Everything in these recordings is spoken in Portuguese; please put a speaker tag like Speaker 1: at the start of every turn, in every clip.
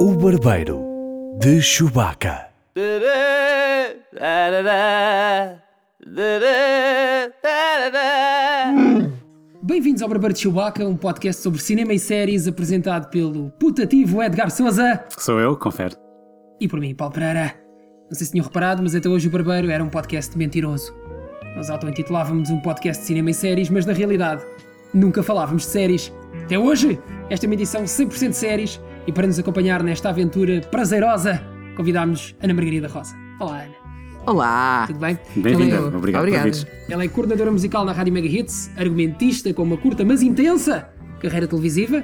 Speaker 1: O Barbeiro de Chewbacca.
Speaker 2: Bem-vindos ao Barbeiro de Chewbacca, um podcast sobre cinema e séries apresentado pelo putativo Edgar Souza
Speaker 3: Sou eu, confere.
Speaker 2: e por mim, Paulo Pereira. Não sei se tinham reparado, mas até hoje o Barbeiro era um podcast mentiroso. Nós auto-intitulávamos um podcast de cinema e séries, mas na realidade nunca falávamos de séries. Até hoje, esta é uma edição 100% séries e para nos acompanhar nesta aventura prazerosa, convidámos Ana Margarida Rosa. Olá, Ana.
Speaker 4: Olá!
Speaker 2: Tudo bem?
Speaker 3: Bem-vinda.
Speaker 2: Ela é-
Speaker 3: Obrigado
Speaker 4: Obrigada.
Speaker 3: por vires.
Speaker 2: Ela é coordenadora musical na Rádio Mega Hits, argumentista com uma curta mas intensa carreira televisiva.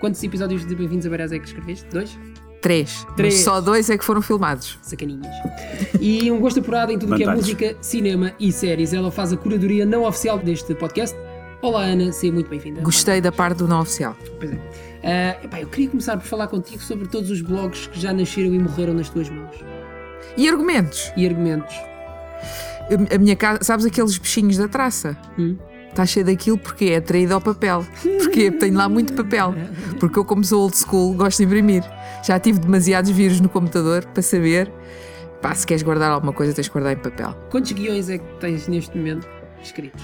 Speaker 2: Quantos episódios de Bem-vindos a Barás é que escreveste? Dois?
Speaker 4: Três.
Speaker 2: Três.
Speaker 4: Mas só dois é que foram filmados.
Speaker 2: Sacaninhas. E um gosto apurado em tudo o que é
Speaker 3: Vantagens.
Speaker 2: música, cinema e séries. Ela faz a curadoria não oficial deste podcast. Olá, Ana, seja muito bem-vinda.
Speaker 4: Gostei da parte do não oficial.
Speaker 2: Pois é. Ah, epá, eu queria começar por falar contigo sobre todos os blogs que já nasceram e morreram nas tuas mãos.
Speaker 4: E argumentos?
Speaker 2: E argumentos.
Speaker 4: A- A minha casa, sabes aqueles bichinhos da traça?
Speaker 2: Hum.
Speaker 4: Está cheio daquilo porque é atraído ao papel. Porquê? Porque tenho lá muito papel. Porque eu, como sou old school, gosto de imprimir. Já tive demasiados vírus no computador para saber. Pá, se queres guardar alguma coisa, tens de guardar em papel.
Speaker 2: Quantos guiões é que tens neste momento escritos?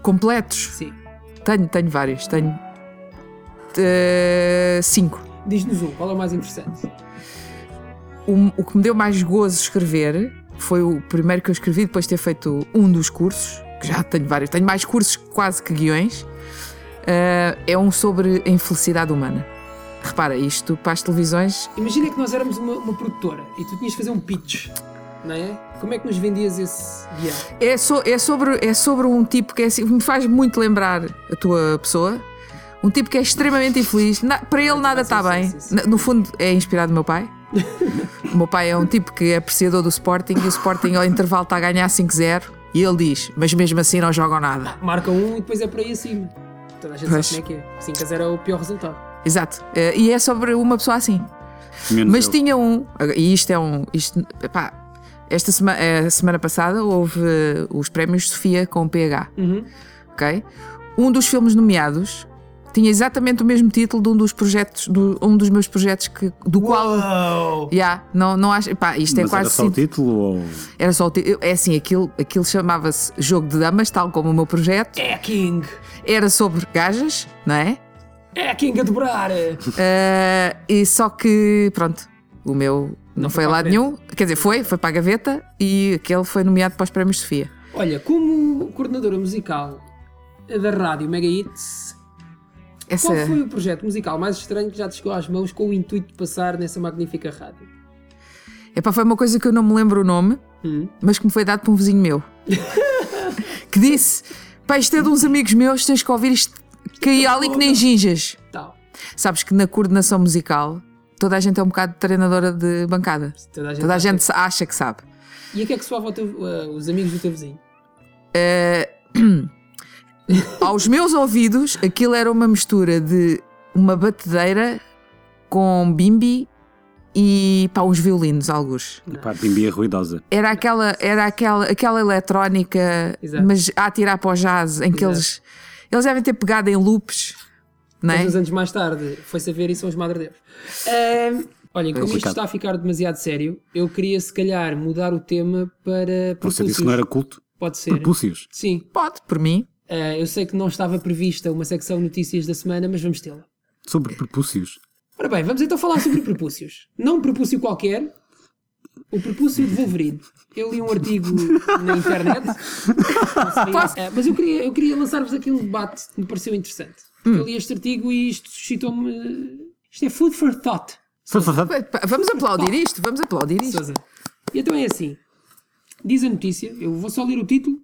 Speaker 4: Completos?
Speaker 2: Sim.
Speaker 4: Tenho, tenho vários. Tenho. eh, cinco.
Speaker 2: Diz-nos um, qual é o mais interessante?
Speaker 4: o, o que me deu mais gozo escrever foi o primeiro que eu escrevi depois de ter feito um dos cursos, que já tenho vários, tenho mais cursos quase que guiões. ah, é um sobre a infelicidade humana. Repara, isto para as televisões
Speaker 2: Imagina que nós éramos uma, uma produtora e tu tinhas de fazer um pitch, não é? Como é que nos vendias esse guião?
Speaker 4: é, so- é sobre, é sobre um tipo que é assim- me faz muito lembrar a tua pessoa. Um tipo que é extremamente infeliz, na- para ele nada está
Speaker 2: sim,
Speaker 4: bem.
Speaker 2: sim, sim.
Speaker 4: Na- No fundo, é inspirado do meu pai. O meu pai é um tipo que é apreciador do Sporting e o Sporting ao intervalo está a ganhar 5-0 e ele diz, mas mesmo assim não jogam nada.
Speaker 2: Marca um e depois é por aí acima. Toda a gente
Speaker 4: Pois.
Speaker 2: sabe como é que é. 5 a 0 é o pior resultado.
Speaker 4: Exato. Eh, E é sobre uma pessoa assim.
Speaker 3: Menos
Speaker 4: Mas
Speaker 3: eu.
Speaker 4: tinha um, e isto é um. Isto, epá, esta semana, semana passada houve eh, os prémios Sofia com o PH,
Speaker 2: Uhum.
Speaker 4: ok? Um dos filmes nomeados tinha exatamente o mesmo título de um dos projetos, do, um dos meus projetos que, do qual.
Speaker 2: Uau!
Speaker 4: Yeah, não, não acho, epá, isto é
Speaker 3: Mas
Speaker 4: quase
Speaker 3: era só o
Speaker 4: síntese-
Speaker 3: título ou...
Speaker 4: era só o título. É assim, aquilo, aquilo chamava-se Jogo de Damas, tal como o meu projeto.
Speaker 2: É Hacking!
Speaker 4: Era sobre gajas, não é?
Speaker 2: Hacking a dobrar!
Speaker 4: Ah, e só que, pronto, o meu não,
Speaker 2: foi
Speaker 4: foi,
Speaker 2: para
Speaker 4: a
Speaker 2: a
Speaker 4: lado
Speaker 2: frente.
Speaker 4: nenhum. Quer dizer, foi, foi para a gaveta e aquele foi nomeado para os prémios Sofia.
Speaker 2: Olha, como coordenadora musical da rádio Mega Hits,
Speaker 4: Essa,
Speaker 2: qual foi o projeto musical mais estranho que já te chegou às mãos com o intuito de passar nessa magnífica rádio?
Speaker 4: epá, foi uma coisa que eu não me lembro o nome,
Speaker 2: Hum.
Speaker 4: mas que me foi dado por um vizinho meu. que disse: pá, isto é de uns amigos meus, tens que ouvir isto. Caí ali que nem ginjas.
Speaker 2: Tal.
Speaker 4: Sabes que na coordenação musical toda a gente é um bocado treinadora de bancada.
Speaker 2: Toda a gente.
Speaker 4: Toda a gente acha que sabe.
Speaker 2: E a que é que soava o teu- ah, os amigos do teu vizinho?
Speaker 4: Aos meus ouvidos, aquilo era uma mistura de uma batedeira com bimbi e pá, uns violinos, alguns.
Speaker 3: Pá, Bimbi é ruidosa.
Speaker 4: Era aquela, era aquela, aquela eletrónica,
Speaker 2: Exato.
Speaker 4: mas a atirar para o jazz, em que
Speaker 2: Exato.
Speaker 4: eles, eles devem ter pegado em loops, não
Speaker 3: Né?
Speaker 4: é?
Speaker 2: Mas uns anos mais tarde foi-se a ver e são os madredeiros. Ahm, olhem, como isto
Speaker 3: É complicado.
Speaker 2: está a ficar demasiado sério, eu queria se calhar mudar o tema para
Speaker 3: Você
Speaker 2: propúcios.
Speaker 3: disse que não era culto.
Speaker 2: Pode ser.
Speaker 3: Propúcios.
Speaker 2: Sim.
Speaker 4: Pode, por mim.
Speaker 2: Ah, eu sei que não estava prevista uma secção notícias da semana, mas vamos tê-la.
Speaker 3: Sobre propúcios.
Speaker 2: Ora bem, vamos então falar sobre prepúcios. Não um prepúcio qualquer, o prepúcio de Wolverine. Eu li um artigo na internet, não sei, eh, mas eu queria, eu queria lançar-vos aqui um debate que me pareceu interessante. Eu li este artigo e isto suscitou-me. eh, Isto é food for thought.
Speaker 4: Vamos aplaudir isto, vamos aplaudir isto.
Speaker 2: Sousa. E então é assim. Diz a notícia, eu vou só ler o título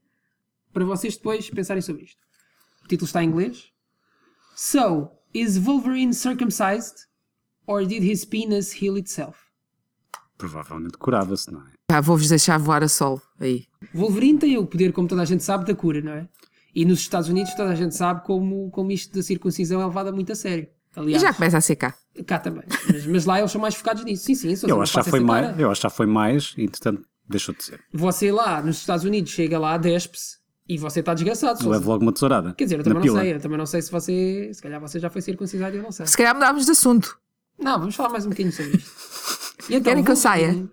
Speaker 2: para vocês depois pensarem sobre isto. O título está em inglês. So, is Wolverine circumcised or did his penis heal itself?
Speaker 3: Provavelmente curava-se, não é?
Speaker 4: Pá, vou-vos deixar voar a sol aí.
Speaker 2: Wolverine tem o poder, como toda a gente sabe, da cura, não é? E nos Estados Unidos toda a gente sabe como, como isto da circuncisão é levado muito a sério.
Speaker 4: E
Speaker 2: Aliás,
Speaker 4: já começa a secar.
Speaker 2: cá também. Mas, mas lá eles são mais focados nisso. Sim, sim, Sousa,
Speaker 3: Eu
Speaker 2: não
Speaker 3: acho que já
Speaker 2: faça
Speaker 3: foi
Speaker 2: essa cara.
Speaker 3: mais, eu acho que já foi mais, e entretanto deixou de ser.
Speaker 2: Você lá nos Estados Unidos chega lá, despe-se E você está desgraçado, Sousa.
Speaker 3: Levo logo uma tesourada.
Speaker 2: Quer dizer, eu
Speaker 3: na
Speaker 2: também não
Speaker 3: pila.
Speaker 2: sei. Eu também não sei se você. Se calhar você já foi circuncisado e eu não sei.
Speaker 4: Se calhar mudámos de assunto.
Speaker 2: Não, vamos falar mais um bocadinho sobre isto. E então,
Speaker 4: Querem que eu
Speaker 2: vou-
Speaker 4: saia?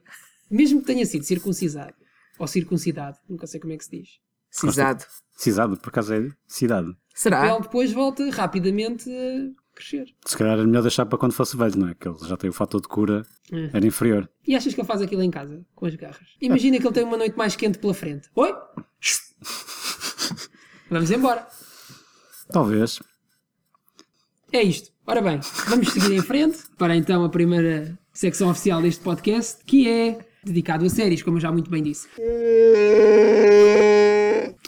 Speaker 2: Mesmo que tenha sido circuncisado ou circuncidado, nunca sei como é que se diz.
Speaker 4: Cisado.
Speaker 3: Cidade, por acaso é cidade.
Speaker 2: A
Speaker 4: Será?
Speaker 2: pele depois volta rapidamente a crescer.
Speaker 3: Se calhar era melhor deixar para quando fosse velho, não é? Que ele já tem o fator de cura,
Speaker 4: É.
Speaker 2: Hum.
Speaker 3: era inferior.
Speaker 2: E achas que ele faz aquilo em casa, com as garras? Imagina que ele tem uma noite mais quente pela frente. Oi? Vamos embora.
Speaker 3: Talvez.
Speaker 2: É isto. Ora bem, vamos seguir em frente para então a primeira secção oficial deste podcast, que é dedicado a séries, como eu já muito bem disse.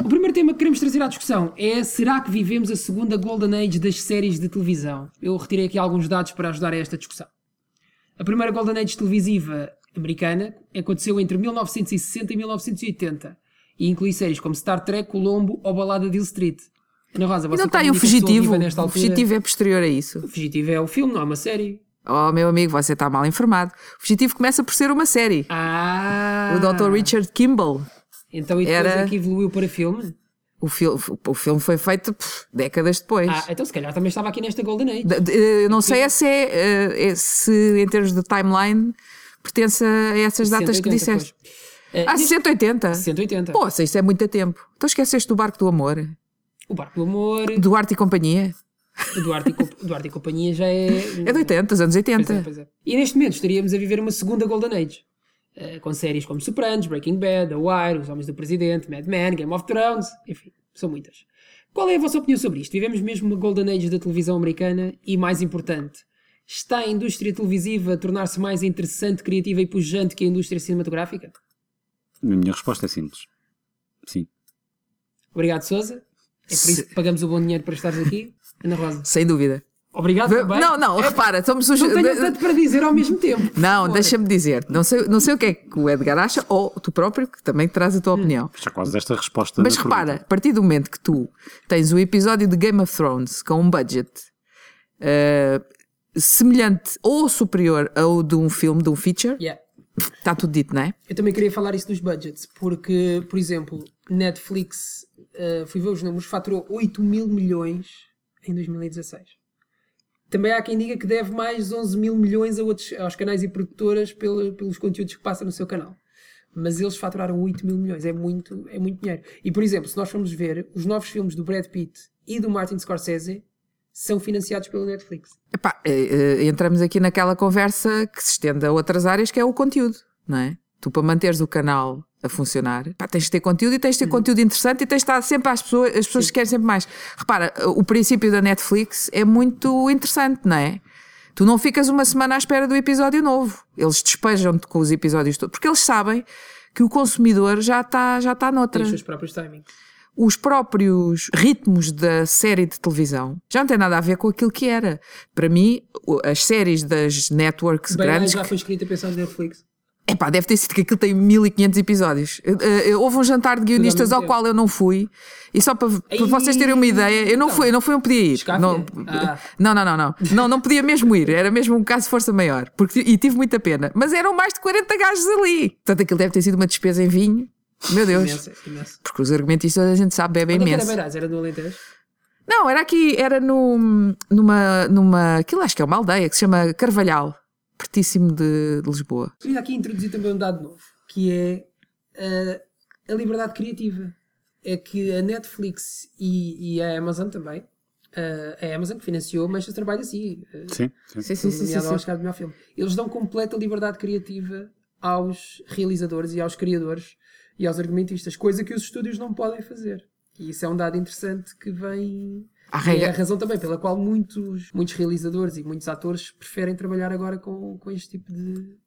Speaker 2: O primeiro tema que queremos trazer à discussão é será que vivemos a segunda Golden Age das séries de televisão? Eu retirei aqui alguns dados para ajudar a esta discussão. A primeira Golden Age televisiva americana aconteceu entre 1960 e 1980 e inclui séries como Star Trek, Colombo ou Balada de Hill Street. Ana Rosa,
Speaker 4: E
Speaker 2: você
Speaker 4: não
Speaker 2: como
Speaker 4: tem o
Speaker 2: única pessoa
Speaker 4: fugitivo.
Speaker 2: viva nesta
Speaker 4: O
Speaker 2: altura-
Speaker 4: fugitivo é posterior a isso.
Speaker 2: Fugitivo é o filme, não é uma série.
Speaker 4: Oh, meu amigo, você está mal informado. O fugitivo começa por ser uma série.
Speaker 2: Ah!
Speaker 4: O Dr. Richard Kimball.
Speaker 2: Então e depois
Speaker 4: era-
Speaker 2: é que evoluiu para filme?
Speaker 4: O, fil- o filme foi feito pff, décadas depois.
Speaker 2: Ah, então se calhar também estava aqui nesta Golden Age.
Speaker 4: Da- de- Eu não sei é se, é, eh, é se, em termos de timeline, pertence a essas datas que
Speaker 2: 180,
Speaker 4: disseste.
Speaker 2: pois. Eh,
Speaker 4: Ah,
Speaker 2: diz-
Speaker 4: 180?
Speaker 2: 180.
Speaker 4: Poxa, isto é muito a tempo. Então esqueceste do Barco do Amor,
Speaker 2: O Barco do Amor,
Speaker 4: Duarte e Companhia.
Speaker 2: o Duarte e, Co- Duarte e Companhia já é...
Speaker 4: É de 80, dos anos
Speaker 2: Pois
Speaker 4: 80.
Speaker 2: é, pois é. E neste momento estaríamos a viver uma segunda Golden Age. eh, com séries como Sopranos, Breaking Bad, The Wire, Os Homens do Presidente, Mad Men, Game of Thrones, enfim, são muitas. Qual é a vossa opinião sobre isto? Vivemos mesmo uma Golden Age da televisão americana e, mais importante, está a indústria televisiva a tornar-se mais interessante, criativa e pujante que a indústria cinematográfica?
Speaker 3: A minha resposta é simples. Sim.
Speaker 2: Obrigado, Sousa. É por isso que pagamos o bom dinheiro para estares aqui. Ana Rosa.
Speaker 4: Sem dúvida.
Speaker 2: Obrigado também.
Speaker 4: Não, não, repara, somos os.
Speaker 2: É, Não tenho tanto para dizer ao mesmo tempo. por
Speaker 4: Não,
Speaker 2: favor.
Speaker 4: deixa-me dizer. Não sei, não sei o que é que o Edgar acha, ou tu próprio, que também traz
Speaker 2: Hum.
Speaker 4: a tua opinião.
Speaker 3: Já quase desta resposta.
Speaker 4: Mas
Speaker 3: na
Speaker 4: repara,
Speaker 3: pergunta.
Speaker 4: a partir do momento que tu tens o episódio de Game of Thrones com um budget eh, semelhante ou superior ao de um filme, de um feature,
Speaker 2: Yeah.
Speaker 4: está tudo dito, não é?
Speaker 2: Eu também queria falar isso dos budgets, porque, por exemplo, Netflix, eh, fui ver os números, faturou 8 mil milhões em 2016. Também há quem diga que deve mais 11 mil milhões a outros, aos canais e produtoras pelo- pelos conteúdos que passa no seu canal. Mas eles faturaram 8 mil milhões, é muito, é muito dinheiro. E, por exemplo, se nós formos ver, os novos filmes do Brad Pitt e do Martin Scorsese são financiados pelo Netflix.
Speaker 4: Epá, eh, eh, entramos aqui naquela conversa que se estende a outras áreas, que é o conteúdo, não é? Tu, para manteres o canal a funcionar, pá, tens de ter conteúdo e tens de ter conteúdo interessante e tens de estar sempre às pessoas, as pessoas querem sempre mais. Repara, eh, o princípio da Netflix é muito interessante, não é? Tu não ficas uma semana à espera do episódio novo. Eles despejam-te com os episódios todos, porque eles sabem que o consumidor já está já está noutra
Speaker 2: Tem os seus próprios timings.
Speaker 4: os próprios ritmos da série de televisão já não tem nada a ver com aquilo que era. Para mim, o- as séries das networks
Speaker 2: Bem,
Speaker 4: grandes.
Speaker 2: já
Speaker 4: Que,
Speaker 2: foi escrita pensando no Netflix.
Speaker 4: epá, deve ter sido que aquilo tem 1500 episódios. Eh, eh, houve um jantar de guionistas
Speaker 2: mesmo
Speaker 4: ao
Speaker 2: tempo.
Speaker 4: qual eu não fui. E só para, para vocês terem uma ideia, eu não
Speaker 2: então.
Speaker 4: fui, eu não fui, eu não podia ir.
Speaker 2: Escáfia?
Speaker 4: Não,
Speaker 2: Ah.
Speaker 4: não, não, não, não. Não, não podia mesmo ir. Era mesmo um caso de força maior. Porque, e tive muita pena. Mas eram mais de 40 gajos ali. Portanto, aquilo deve ter sido uma despesa em vinho. Meu Deus.
Speaker 2: Imensa, imensa.
Speaker 4: Porque os argumentistas, a gente sabe, bebem
Speaker 2: Onde é que
Speaker 4: imenso.
Speaker 2: Era Beirais? Era do Alentejo?
Speaker 4: Não, era aqui, era num, numa, numa. Aquilo acho que é uma aldeia que se chama Carvalhal, pertíssimo de, de Lisboa.
Speaker 2: Queria aqui introduzir também um dado novo, que é eh, a liberdade criativa. É que a Netflix e, e a Amazon também, eh, a Amazon que financiou, mas o trabalho assim, eh,
Speaker 3: Sim, sim.
Speaker 4: Sim, sim, sim, sim.
Speaker 2: nomeado ao
Speaker 4: sim.
Speaker 2: Oscar do melhor filme. Eles dão completa liberdade criativa aos realizadores e aos criadores e aos argumentistas, coisa que os estúdios não podem fazer. E isso é um dado interessante que vem
Speaker 4: A
Speaker 2: E é a
Speaker 4: regra-
Speaker 2: razão também pela qual muitos, muitos realizadores e muitos atores preferem trabalhar agora com, com este tipo de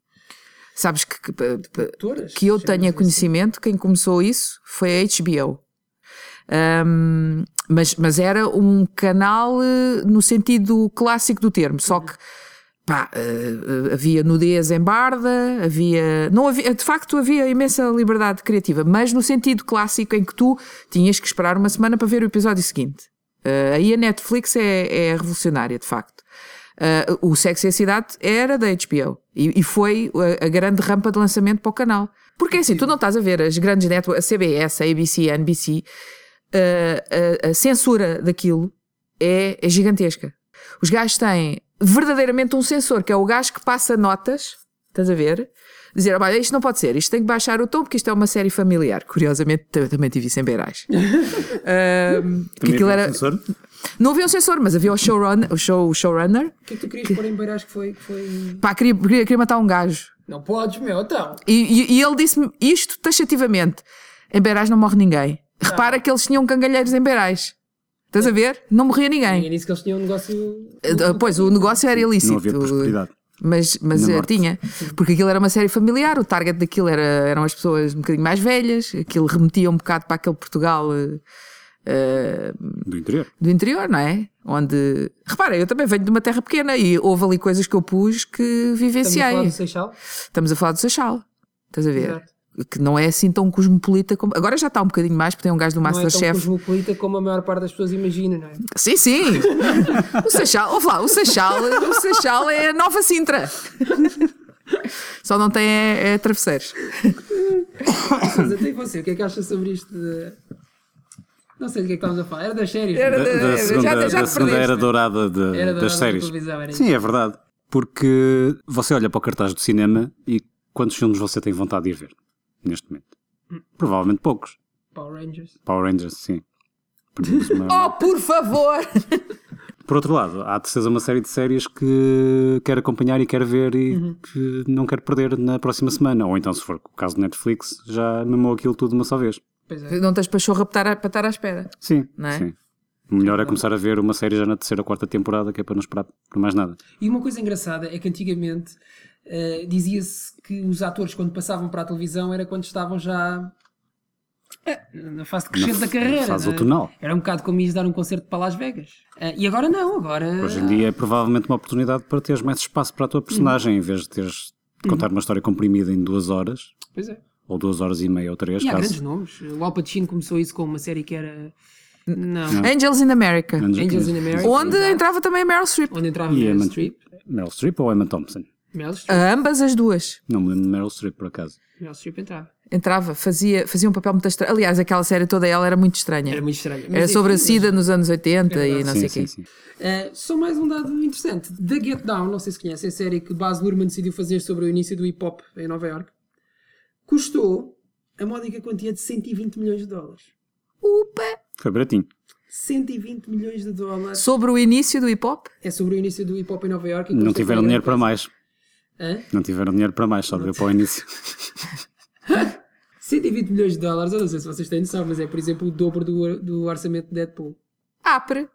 Speaker 4: Sabes que, que,
Speaker 2: produtoras.
Speaker 4: que eu
Speaker 2: chamemos
Speaker 4: tenha
Speaker 2: assim.
Speaker 4: conhecimento, quem começou isso foi a HBO. Ahm, mas, mas era um canal eh, no sentido clássico do termo, só que pá, eh, eh, havia nudez em barda, havia, não havia, de facto havia imensa liberdade criativa, mas no sentido clássico em que tu tinhas que esperar uma semana para ver o episódio seguinte. Eh, aí a Netflix é, é revolucionária, de facto. Eh, o Sexo e a Cidade era da HBO e, e foi a, a grande rampa de lançamento para o canal. Porque assim, tu não estás a ver as grandes networks, a CBS, a ABC, a NBC, a, a- a censura daquilo é, é gigantesca. Os gajos têm verdadeiramente um sensor, que é o gajo que passa notas, estás a ver? Dizer, olha, isto não pode ser, isto tem que baixar o tom, porque isto é uma série familiar. Curiosamente, eu também tive isso em Beirais. Ahm, que
Speaker 3: Também
Speaker 4: aquilo
Speaker 3: havia
Speaker 4: era...
Speaker 3: um sensor?
Speaker 4: Não havia um sensor, mas havia o showrunner. O show, o showrunner.
Speaker 2: O que é que tu querias pôr em beiras que foi, que foi.
Speaker 4: Pá, queria, queria, queria matar um gajo.
Speaker 2: Não podes, meu, então.
Speaker 4: E, e- e ele disse-me isto taxativamente: em Beirais não morre ninguém. Repara que eles tinham cangalheiros em Beirais. Estás a ver? Não morria
Speaker 2: E é
Speaker 4: ninguém.
Speaker 2: nisso que eles tinham um negócio.
Speaker 4: Eh, Pois, o negócio era ilícito.
Speaker 3: Não havia prosperidade.
Speaker 4: Mas, mas
Speaker 3: No
Speaker 4: eh,
Speaker 3: norte.
Speaker 4: tinha, porque aquilo era uma série familiar, o target daquilo era, eram as pessoas um bocadinho mais velhas, aquilo remetia um bocado para aquele Portugal eh, eh,
Speaker 3: Do interior.
Speaker 4: do interior, não é? Onde, repara, eu também venho de uma terra pequena e houve ali coisas que eu pus que
Speaker 2: Estamos a falar
Speaker 4: vivenciei.
Speaker 2: do Seixal.
Speaker 4: Estamos a falar do Seixal, estás a ver?
Speaker 2: Exato.
Speaker 4: Que não é assim tão cosmopolita como. Agora já está um bocadinho mais, porque tem um gajo do
Speaker 2: Não é tão
Speaker 4: Masterchef.
Speaker 2: cosmopolita como a maior parte das pessoas imagina, não é?
Speaker 4: Sim, sim! o Seixal, ouve lá, o Seixal, o Seixal é a nova Sintra. Só não tem é, é travesseiros.
Speaker 2: Mas até você, o que é que achas sobre isto? de- Não sei do que é que estávamos a falar. Era das séries.
Speaker 4: Era
Speaker 2: não
Speaker 3: Da,
Speaker 4: de-
Speaker 3: Eh, da
Speaker 4: já-
Speaker 3: segunda,
Speaker 4: já te
Speaker 3: da segunda
Speaker 4: perdeste.
Speaker 3: era dourada de-
Speaker 2: é? Era da-
Speaker 3: das
Speaker 2: da
Speaker 3: séries.
Speaker 2: televisão, era isso.
Speaker 3: Sim, é verdade. Porque você olha para o cartaz do cinema e quantos filmes você tem vontade de ir ver neste momento? Provavelmente poucos.
Speaker 2: Power Rangers.
Speaker 3: Power Rangers, sim. Perdemos uma-
Speaker 4: Oh, por favor!
Speaker 3: Por outro lado, há de certeza uma série de séries que quero acompanhar e quero ver e que não quero perder na próxima semana. Ou então, se for o caso do Netflix, já mamou aquilo tudo de uma só vez.
Speaker 2: Pois é.
Speaker 4: não tens pachorra para estar à- para estar à espera.
Speaker 3: Sim,
Speaker 4: Não
Speaker 2: Né?
Speaker 4: é?
Speaker 3: sim. O melhor é começar a ver uma série já na terceira ou quarta temporada, que é para não esperar por mais nada.
Speaker 2: E uma coisa engraçada é que antigamente eh, dizia-se que os atores, quando passavam para a televisão, era quando estavam já eh, na fase de crescente
Speaker 3: Na
Speaker 2: da carreira.
Speaker 3: fase
Speaker 2: não é?
Speaker 3: outonal.
Speaker 2: Era um bocado como ias dar um concerto para Las Vegas. Eh, e agora não, agora.
Speaker 3: Hoje em
Speaker 2: Ah.
Speaker 3: dia é provavelmente uma oportunidade para teres mais espaço para a tua personagem, em vez de teres de
Speaker 2: Uhum.
Speaker 3: contar uma história comprimida em duas horas,
Speaker 2: Pois é.
Speaker 3: ou duas horas e meia ou três,
Speaker 2: E há grandes
Speaker 3: caso.
Speaker 2: nomes. O Al Pacino começou isso com uma série que era. Não.
Speaker 4: Angels in America.
Speaker 2: Angels in America.
Speaker 4: Onde
Speaker 2: Exato.
Speaker 4: entrava também a Meryl Streep.
Speaker 2: Onde entrava
Speaker 3: E é
Speaker 2: Meryl
Speaker 3: Emma-
Speaker 2: Streep.
Speaker 3: Meryl Streep ou Emma Thompson?
Speaker 2: Meryl Streep.
Speaker 4: A ambas as duas.
Speaker 3: Não me lembro de Meryl Streep, por acaso.
Speaker 2: Meryl Streep entrava.
Speaker 4: Entrava, fazia, fazia um papel muito estranho. Aliás, aquela série toda ela era muito estranha.
Speaker 2: Era muito estranho. Mas
Speaker 4: Era sobre a
Speaker 2: enfim,
Speaker 4: SIDA nos anos 80 e não
Speaker 3: sim,
Speaker 4: sei o
Speaker 3: sim,
Speaker 4: quê.
Speaker 3: sim.
Speaker 2: Uh, só mais um dado interessante. The Get Down, não sei se conhecem, é a série que Baz Luhrmann decidiu fazer sobre o início do hip-hop em Nova York, custou a módica quantia de 120 milhões de dólares.
Speaker 4: Upa!
Speaker 3: Foi baratinho.
Speaker 2: 120 milhões de dólares
Speaker 4: Sobre o início do hip hop?
Speaker 2: é sobre o início do hip-hop em Nova York. e
Speaker 3: Não
Speaker 2: custou
Speaker 3: tiveram
Speaker 2: uma
Speaker 3: dinheiro para
Speaker 2: grande
Speaker 3: mais.
Speaker 2: coisa. Hã?
Speaker 3: Não tiveram dinheiro para mais, só deu para o início.
Speaker 2: 120 milhões de dólares, eu não sei se vocês têm noção, mas é, por exemplo, o dobro do, do orçamento de Deadpool.
Speaker 4: Apre.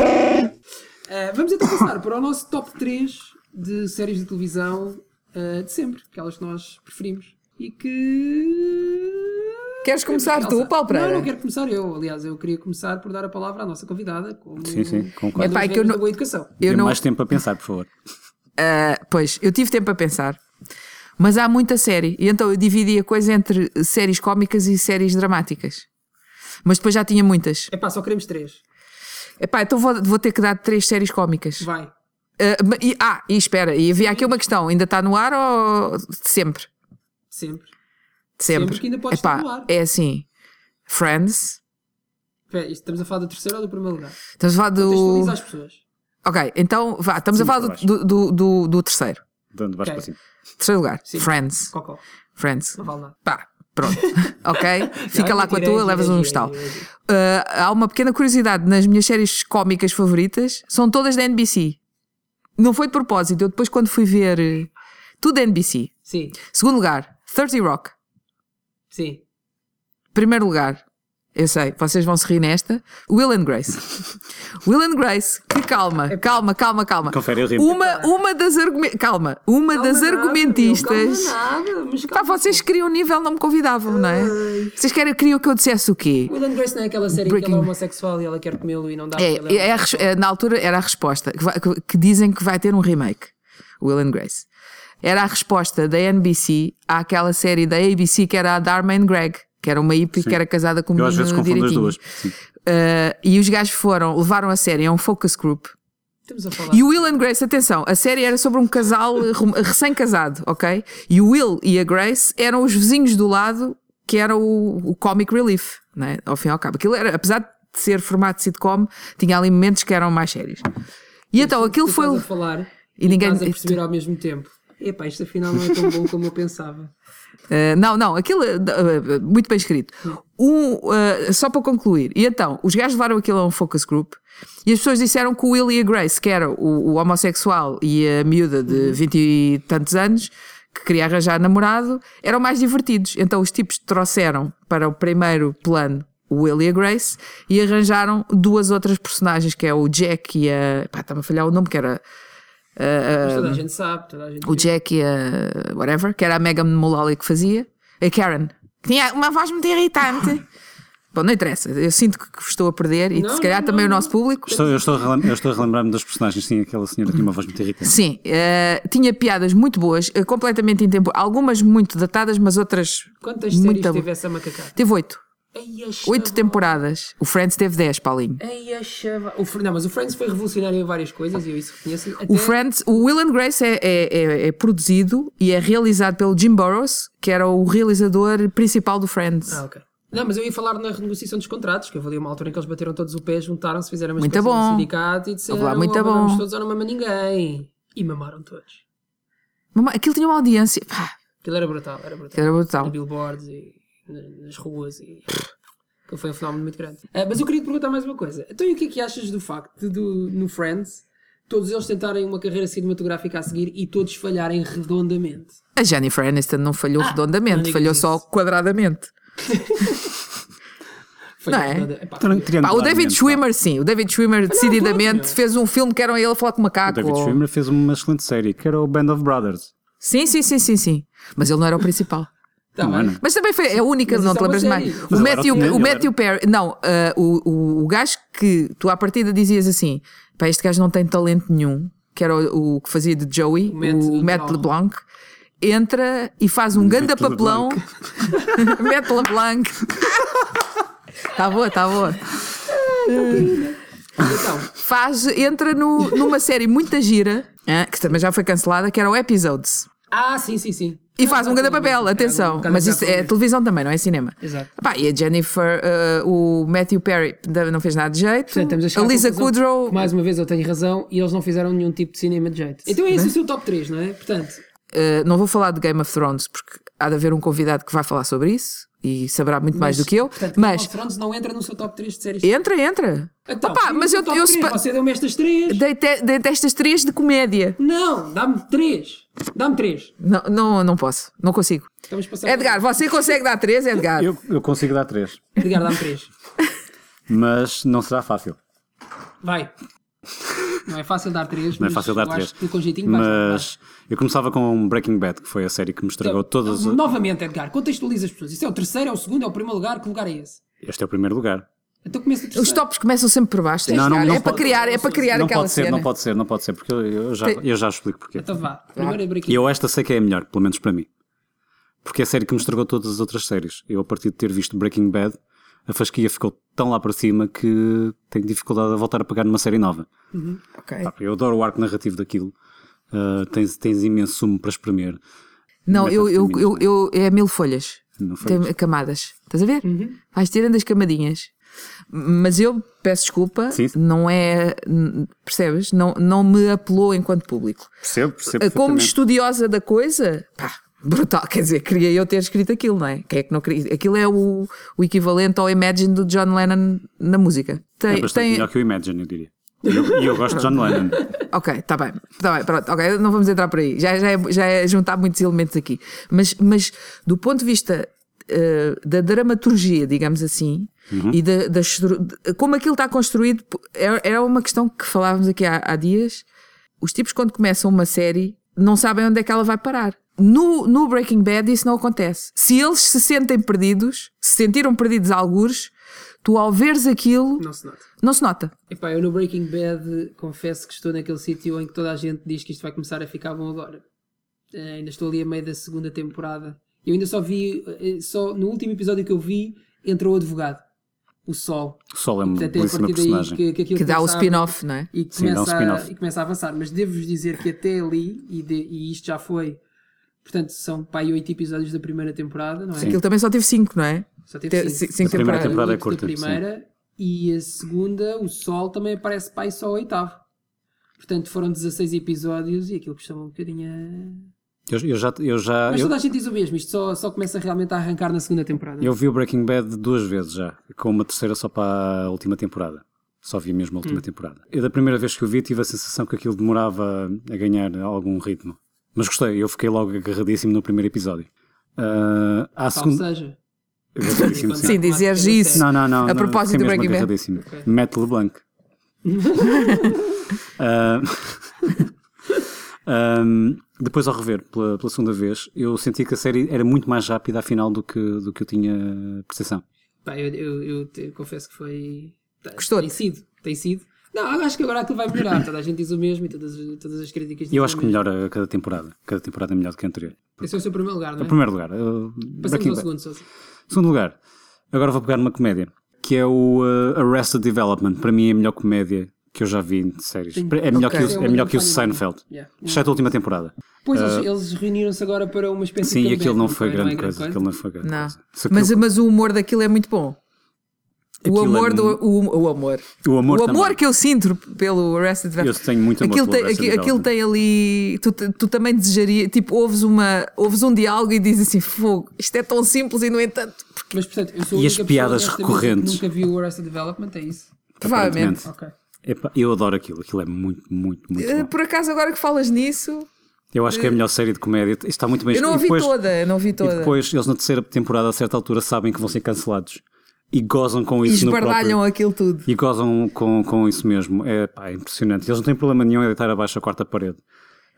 Speaker 2: Uh, vamos então passar para o nosso top 3 de séries de televisão uh, de sempre, aquelas que nós preferimos. E que.
Speaker 4: Queres começar tu,
Speaker 2: Elsa?
Speaker 4: Paulo Pereira?
Speaker 2: Não, não quero começar eu. Aliás, eu queria começar por dar a palavra à nossa convidada. Como...
Speaker 3: Sim, sim,
Speaker 2: É
Speaker 3: concordo.
Speaker 4: Epá,
Speaker 2: pá,
Speaker 4: é
Speaker 2: que eu não... boa educação.
Speaker 4: Eu
Speaker 3: Dê
Speaker 4: não,
Speaker 3: mais tempo a pensar, por favor.
Speaker 4: Ah, pois, eu tive tempo a pensar. Mas há muita série. E então eu dividi a coisa entre séries cómicas e séries dramáticas. Mas depois já tinha muitas.
Speaker 2: É pá, só queremos três.
Speaker 4: Epá, então vou, vou ter que dar três séries cómicas.
Speaker 2: Vai.
Speaker 4: Ah, ma- e- ah, e espera, e havia aqui uma questão: ainda está no ar ou de sempre?
Speaker 2: Sempre.
Speaker 4: De sempre.
Speaker 2: Sempre que ainda pode
Speaker 4: Epá,
Speaker 2: estar no ar.
Speaker 4: É assim: Friends.
Speaker 2: Espera, isto estamos a falar do terceiro ou do primeiro lugar?
Speaker 4: Estamos a falar do.
Speaker 2: Textualiza às pessoas.
Speaker 4: Ok, então vá, estamos a
Speaker 3: Sim,
Speaker 4: falar
Speaker 3: para
Speaker 4: do, do, do, do- do terceiro.
Speaker 3: Dando baixo
Speaker 2: Ok.
Speaker 3: para cima.
Speaker 4: Terceiro lugar:
Speaker 2: Sim.
Speaker 4: Friends.
Speaker 2: Cocó.
Speaker 4: Friends.
Speaker 2: Não vale nada.
Speaker 4: Pá, pronto. ok? Fica
Speaker 2: Não,
Speaker 4: lá com a
Speaker 2: gira,
Speaker 4: tua,
Speaker 2: gira,
Speaker 4: levas um
Speaker 2: gira,
Speaker 4: estalo.
Speaker 2: gira, gira.
Speaker 4: Ah, há uma pequena curiosidade nas minhas séries cómicas favoritas, são todas da NBC. Não foi de propósito, eu depois quando fui ver eh, tudo da NBC.
Speaker 2: Sim,
Speaker 4: Segundo lugar, 30 Rock.
Speaker 2: sim.
Speaker 4: Primeiro lugar, eu sei, vocês vão se rir nesta, Will and Grace. Will and Grace, que
Speaker 2: É
Speaker 4: calma, calma, calma, calma.
Speaker 3: Confere o ritmo.
Speaker 2: Um
Speaker 4: Uma, uma das argumen- calma, uma das
Speaker 2: Calma É nada,
Speaker 4: argumentistas.
Speaker 2: meu, Calma nada, mas
Speaker 4: Pá,
Speaker 2: calma.
Speaker 4: vocês queriam um nível, não me convidavam, não é?
Speaker 2: Ah.
Speaker 4: Vocês querem, queriam que eu dissesse o quê?
Speaker 2: Will and Grace não é aquela série que
Speaker 4: Breaking-
Speaker 2: ela é homossexual e ela quer comê-lo e não dá. porque
Speaker 4: É,
Speaker 2: ela
Speaker 4: é a res- é, na altura era a resposta que, vai- que- que dizem que vai ter um remake, Will and Grace. Era a resposta da NBC àquela série da ABC que era a Dharma and Greg, que era uma hippie que era casada com um
Speaker 3: Eu às vezes
Speaker 4: menino
Speaker 3: confundo as
Speaker 4: direitinho.
Speaker 3: duas. Sim.
Speaker 4: Ah, e os gajos foram, levaram a série a um focus group.
Speaker 2: Estamos a falar.
Speaker 4: E o Will and Grace, atenção, a série era sobre um casal eh, rum- recém-casado, ok? E o Will e a Grace eram os vizinhos do lado que era o, o Comic Relief, não é? ao fim e ao cabo. Aquilo era, apesar de ser formato sitcom, tinha ali momentos que eram mais sérios. E então aquilo
Speaker 2: Tu
Speaker 4: foi.
Speaker 2: estás a falar
Speaker 4: E ninguém-
Speaker 2: estás a perceber ao mesmo tempo. Epá, isto afinal não é tão bom como eu pensava.
Speaker 4: Uh, não, não, aquilo uh, uh, uh, muito bem escrito. Um, uh, só para concluir, e então, os gajos levaram aquilo a um focus group e as pessoas disseram que o Will e a Grace, que era o, o homossexual e a miúda de vinte e tantos anos, que queria arranjar namorado, eram mais divertidos. Então os tipos trouxeram para o primeiro plano o Will e a Grace e arranjaram duas outras personagens, que é o Jack e a. pá, está-me a falhar o nome, que era.
Speaker 2: Mas toda a gente sabe, toda a gente.
Speaker 4: Um, o Jack e a whatever, que era a Megan Mullally que fazia, a Karen, que tinha uma voz muito irritante. Bom, não interessa, eu sinto que que vos estou a perder e que
Speaker 2: Não,
Speaker 4: se calhar
Speaker 2: não,
Speaker 4: também
Speaker 2: não,
Speaker 4: o nosso público.
Speaker 3: Estou, eu, estou a relem- eu estou a relembrar-me das personagens, sim, aquela senhora tinha uma voz muito irritante.
Speaker 4: Sim, eh, tinha piadas muito boas, eh, completamente em tempo, algumas muito datadas, mas outras.
Speaker 2: Quantas
Speaker 4: muito
Speaker 2: séries
Speaker 4: boas.
Speaker 2: teve essa macacada?
Speaker 4: Teve oito.
Speaker 2: Ai, a chava-
Speaker 4: Oito temporadas. O Friends teve dez, Paulinho.
Speaker 2: Ai, a chava- o Fr- Não, mas o Friends foi revolucionário em várias coisas e eu isso reconheço. Até...
Speaker 4: O Friends, o Will and Grace é, é- é- é produzido e é realizado pelo Jim Burrows, que era o realizador principal do Friends.
Speaker 2: Ah, ok. Não, mas eu ia falar na renegociação dos contratos, que eu ali uma altura em que eles bateram todos o pé, juntaram-se, fizeram uma
Speaker 4: Muito
Speaker 2: espécie de
Speaker 4: bom.
Speaker 2: sindicato e disseram:
Speaker 4: Olá, muito
Speaker 2: "Oh, mamamos
Speaker 4: bom."
Speaker 2: todos ou não mama ninguém. E mamaram todos.
Speaker 4: Mamãe, Aquilo tinha uma audiência. Pá,
Speaker 2: Aquilo era brutal, era brutal.
Speaker 4: era brutal.
Speaker 2: Em billboards e na- nas ruas e. que foi um fenómeno muito grande. Ah, mas eu queria te perguntar mais uma coisa. Então, e o que é que achas do facto de, do- no Friends, todos eles tentarem uma carreira cinematográfica a seguir e todos falharem redondamente?
Speaker 4: A Jennifer Aniston não falhou
Speaker 2: não
Speaker 4: redondamente,
Speaker 2: digas
Speaker 4: falhou
Speaker 2: isso.
Speaker 4: só quadradamente. Não é?
Speaker 2: redonda- epá,
Speaker 3: Tri-
Speaker 4: Pá, o
Speaker 3: triangularmente,
Speaker 4: David
Speaker 3: vá.
Speaker 4: Schwimmer, sim, o David Schwimmer decididamente
Speaker 2: não.
Speaker 4: fez um filme que era ele a falar com
Speaker 3: O
Speaker 4: o macaco.
Speaker 3: David
Speaker 4: ou-
Speaker 3: Schwimmer fez uma excelente série, que era o Band of Brothers.
Speaker 4: Sim, sim, sim, sim, sim. Mas ele não era o principal.
Speaker 2: tá
Speaker 3: Não é,
Speaker 2: bem.
Speaker 3: não?
Speaker 4: Mas também foi a única,
Speaker 2: Mas
Speaker 4: não
Speaker 2: isso
Speaker 4: te
Speaker 2: é uma
Speaker 4: lembras de
Speaker 2: série.
Speaker 4: mais.
Speaker 2: Mas
Speaker 4: O
Speaker 3: ele era
Speaker 4: Matthew,
Speaker 3: o Tinelli,
Speaker 4: o
Speaker 3: ele
Speaker 4: Matthew Perry, não, ah, o, o, o gajo que tu à partida dizias assim: pá, este gajo não tem talento nenhum, que era o, o que fazia de Joey,
Speaker 2: O
Speaker 4: o,
Speaker 2: Matt
Speaker 4: Matt
Speaker 2: LeBlanc.
Speaker 4: LeBlanc. Entra e faz um ganda
Speaker 3: Matt
Speaker 4: papelão. Matt LeBlanc. Tá boa, tá boa.
Speaker 2: Então,
Speaker 4: Faz, entra no, numa série muita gira, ah, que também já foi cancelada, que era o Episodes.
Speaker 2: ah, sim, sim, sim.
Speaker 4: E
Speaker 2: Ah,
Speaker 4: faz um
Speaker 2: tá
Speaker 4: grande
Speaker 2: tudo bem.
Speaker 4: papel,
Speaker 2: Era um
Speaker 4: atenção.
Speaker 2: bocado
Speaker 4: Mas isso é
Speaker 2: exatamente.
Speaker 4: televisão também, não é cinema.
Speaker 2: Exato.
Speaker 4: Pá, e a Jennifer, eh, o Matthew Perry ainda não fez nada de jeito.
Speaker 2: Portanto, estamos a
Speaker 4: a
Speaker 2: chegar à
Speaker 4: Lisa
Speaker 2: conclusão
Speaker 4: Kudrow,
Speaker 2: que, Mais uma vez eu tenho razão e eles não fizeram nenhum tipo de cinema de jeito. Então é esse o seu top 3, não é? Portanto,
Speaker 4: eh, não vou falar de Game of Thrones porque há de haver um convidado que vai falar sobre isso e saberá muito mais do que eu.
Speaker 2: portanto Game
Speaker 4: mas
Speaker 2: of Thrones não entra no seu top 3 de séries.
Speaker 4: entra, entra.
Speaker 2: Então,
Speaker 4: Opa,
Speaker 2: diga-me
Speaker 4: mas
Speaker 2: o
Speaker 4: eu,
Speaker 2: top
Speaker 4: eu
Speaker 2: 3,
Speaker 4: sepa-
Speaker 2: Você deu-me estas 3.
Speaker 4: deite- deite estas três de comédia.
Speaker 2: Não, dá-me 3. Dá-me 3.
Speaker 4: Não, não, não posso, não consigo.
Speaker 2: Estamos passando.
Speaker 4: Edgar, você consegue dar três, Edgar?
Speaker 3: Eu, eu consigo dar três,
Speaker 2: Edgar, dá-me 3.
Speaker 3: mas não será fácil.
Speaker 2: Vai. Não é fácil dar 3.
Speaker 3: Não é fácil dar três.
Speaker 2: Tu com jeitinho vais dar. Então,
Speaker 3: Mas eu começava com Breaking Bad, que foi a série que me estragou
Speaker 4: Então,
Speaker 3: todas. as-
Speaker 2: Novamente, Edgar, contextualiza as pessoas. Isso é o terceiro, é o segundo, é o primeiro lugar. Que lugar é esse?
Speaker 3: Este é o primeiro lugar.
Speaker 2: Então começa o terceiro.
Speaker 4: Os tops começam sempre por baixo.
Speaker 3: Não, não,
Speaker 4: Edgar.
Speaker 3: não
Speaker 4: é para
Speaker 3: pode-
Speaker 4: criar, é para criar
Speaker 3: não
Speaker 4: aquela
Speaker 3: pode ser,
Speaker 4: cena.
Speaker 3: não pode ser, não pode ser, porque eu, eu já,
Speaker 4: Tem-
Speaker 3: eu já explico porquê.
Speaker 2: Então vá. Primeiro é
Speaker 3: E
Speaker 2: Breaking
Speaker 3: eu esta sei que é a melhor, pelo menos para mim. Porque é a série que me estragou todas as outras séries. Eu, a partir de ter visto Breaking Bad, a fasquia ficou tão lá para cima que tenho dificuldade a voltar a pegar numa série nova.
Speaker 4: Ok.
Speaker 3: Pá, Eu adoro o arco narrativo daquilo. Ah, tens, tens imenso sumo para espremer.
Speaker 4: Não,
Speaker 3: Mas
Speaker 4: eu,
Speaker 3: acho que
Speaker 4: eu,
Speaker 3: tem
Speaker 4: eu,
Speaker 3: menos,
Speaker 4: eu- é mil folhas.
Speaker 3: Mil
Speaker 4: Tem camadas. Estás a ver? Vais tirando as camadinhas. Mas eu peço desculpa,
Speaker 3: Sim, sim.
Speaker 4: não é. n- Percebes? Não, não me apelou enquanto público. Ah,
Speaker 3: Percebo, percebo.
Speaker 2: Ah,
Speaker 4: Como
Speaker 3: perfeitamente.
Speaker 4: estudiosa da coisa, pá, brutal. Quer dizer, queria eu ter escrito aquilo, não é? Quem é que não queria? Aquilo é o, o equivalente ao Imagine do John Lennon na música. Tem,
Speaker 3: É bastante
Speaker 4: tem-
Speaker 3: melhor que o Imagine, eu diria. E eu, e eu gosto de John Lennon.
Speaker 4: Ok, está bem, está bem, pronto, ok, não vamos entrar por aí. Já, já, é, já é juntar muitos elementos aqui. Mas, mas do ponto de vista eh, da dramaturgia, digamos assim, e da, da estru- de- como aquilo está construído, po- é, é uma questão que falávamos aqui há, há dias. Os tipos, quando começam uma série, não sabem onde é que ela vai parar. No, no Breaking Bad, isso não acontece. Se eles se sentem perdidos, se sentiram perdidos algures, tu ao veres aquilo,
Speaker 2: Bad.
Speaker 4: não,
Speaker 2: Não se nota.
Speaker 4: se nota.
Speaker 2: Epá, eu no Breaking Bad confesso que estou naquele sítio em que toda a gente diz que isto vai começar a ficar bom agora. Eh, ainda estou ali a meio da segunda temporada. Eu ainda só vi, eh, só no último episódio que eu vi, entrou o advogado, o Sol.
Speaker 3: O Sol é uma
Speaker 2: Portanto, é a
Speaker 3: belíssima
Speaker 2: partir daí
Speaker 3: personagem.
Speaker 2: que, que aquilo
Speaker 4: Que dá o
Speaker 2: começa a-
Speaker 4: spin-off, não é?
Speaker 2: E começa,
Speaker 3: Sim, dá um
Speaker 2: a,
Speaker 3: spin-off.
Speaker 2: e começa a avançar. Mas devo-vos dizer que até ali, e, de- e isto já foi Portanto, são pá, aí oito episódios da primeira temporada, não é?
Speaker 4: Aquilo também só teve 5, não é?
Speaker 2: Só teve
Speaker 4: Te-
Speaker 2: cinco.
Speaker 4: ci- cinco
Speaker 3: A primeira
Speaker 4: temporadas.
Speaker 3: temporada é
Speaker 2: Oito
Speaker 3: curta,
Speaker 2: da primeira e a segunda, o Sol, também aparece pá, e só a oitava. Portanto, foram 16 episódios e aquilo costuma um bocadinho a...
Speaker 3: Eu, eu já. Eu, já
Speaker 2: Mas
Speaker 3: Ah, eu,
Speaker 2: toda a gente diz o mesmo, isto só, só começa realmente a arrancar na segunda temporada.
Speaker 3: eu vi o Breaking Bad duas vezes já, com uma terceira só para a última temporada. Só vi mesmo a última
Speaker 4: Hum.
Speaker 3: temporada. Eu, da primeira vez que o vi, tive a sensação que aquilo demorava a ganhar algum ritmo. Mas gostei, eu fiquei logo agarradíssimo no primeiro episódio. Ah, à
Speaker 2: Tal
Speaker 3: segunda.
Speaker 2: seja.
Speaker 3: Agarradíssimo, sim.
Speaker 4: Sim, dizeres isso.
Speaker 3: Não, não, não.
Speaker 4: A
Speaker 3: não,
Speaker 4: propósito
Speaker 3: fiquei
Speaker 4: do
Speaker 3: mesmo
Speaker 4: Breaking Bad.
Speaker 3: agarradíssimo. Matt LeBlanc. Ah, ahm, depois ao rever pela, pela segunda vez, eu senti que a série era muito mais rápida afinal do que, do que eu tinha percepção.
Speaker 2: Pá, eu, eu, eu te- confesso que foi. tá-
Speaker 4: Gostou-te?
Speaker 2: Tem sido, tem sido. Não, eu acho que agora aquilo vai melhorar. Toda a gente diz o mesmo e todas, as- todas as críticas
Speaker 3: E
Speaker 2: dizem
Speaker 3: eu
Speaker 2: o
Speaker 3: acho que
Speaker 2: mesmo.
Speaker 3: melhora a cada temporada. Cada temporada é melhor do que a anterior.
Speaker 2: Esse é o seu primeiro lugar, não é?
Speaker 3: Em primeiro lugar, uh,
Speaker 2: Passamos
Speaker 3: Breaking
Speaker 2: ao
Speaker 3: Bad.
Speaker 2: segundo, Sousa.
Speaker 3: Segundo lugar, agora vou pegar uma comédia, que é o uh, Arrested Development. Para mim é a melhor comédia que eu já vi de séries.
Speaker 2: Sim. um
Speaker 3: É melhor,
Speaker 4: Ok.
Speaker 3: que, o, é melhor que o Seinfeld.
Speaker 2: Yeah.
Speaker 3: Exceto a última temporada.
Speaker 2: Pois eles, eles reuniram-se agora para uma espécie
Speaker 3: Ah, Sim,
Speaker 2: de.
Speaker 3: e aquilo não
Speaker 2: comeback,
Speaker 3: foi
Speaker 2: é?
Speaker 3: grande
Speaker 2: é
Speaker 3: coisa. Aquilo não foi grande
Speaker 4: Não.
Speaker 3: coisa. Se aquilo-
Speaker 4: Mas, mas o humor daquilo é muito bom. O
Speaker 3: Aquilo
Speaker 4: amor,
Speaker 3: é
Speaker 4: do, o, o amor.
Speaker 3: O amor
Speaker 4: o amor
Speaker 3: também.
Speaker 4: que eu sinto pelo Arrested
Speaker 3: Eu
Speaker 4: Development.
Speaker 3: tenho muito amor
Speaker 4: Aquilo
Speaker 3: pelo
Speaker 4: tem,
Speaker 3: Arrested
Speaker 4: aqui- aquilo
Speaker 3: Development.
Speaker 4: tem ali. Tu, te- tu também desejaria. Tipo, ouves, uma, ouves um diálogo e dizes assim: fogo, isto é tão simples e no entanto.
Speaker 2: Mas portanto, eu sou a
Speaker 3: E
Speaker 2: única
Speaker 3: as
Speaker 2: pessoa
Speaker 3: piadas
Speaker 2: nesta mesa que
Speaker 3: recorrentes.
Speaker 2: Nunca vi o Arrested Development, é isso?
Speaker 3: Aparentemente.
Speaker 4: Provavelmente.
Speaker 2: Ok.
Speaker 3: Epá, eu adoro aquilo, aquilo é muito, muito, muito
Speaker 4: Eh,
Speaker 3: bom.
Speaker 4: Por acaso, agora que falas nisso.
Speaker 3: Eu acho que é a melhor série de comédia. Isto está muito bem
Speaker 4: Eu não a
Speaker 3: escrito.
Speaker 4: vi
Speaker 3: E depois-
Speaker 4: toda, eu não vi
Speaker 3: E
Speaker 4: toda.
Speaker 3: depois eles na terceira temporada, a certa altura, sabem que vão ser cancelados e gozam com
Speaker 4: E
Speaker 3: isso no próprio.
Speaker 4: esbardalham aquilo tudo.
Speaker 3: E gozam com, com isso mesmo. É, pá, é impressionante. Eles não têm problema nenhum em deitar abaixo a quarta parede.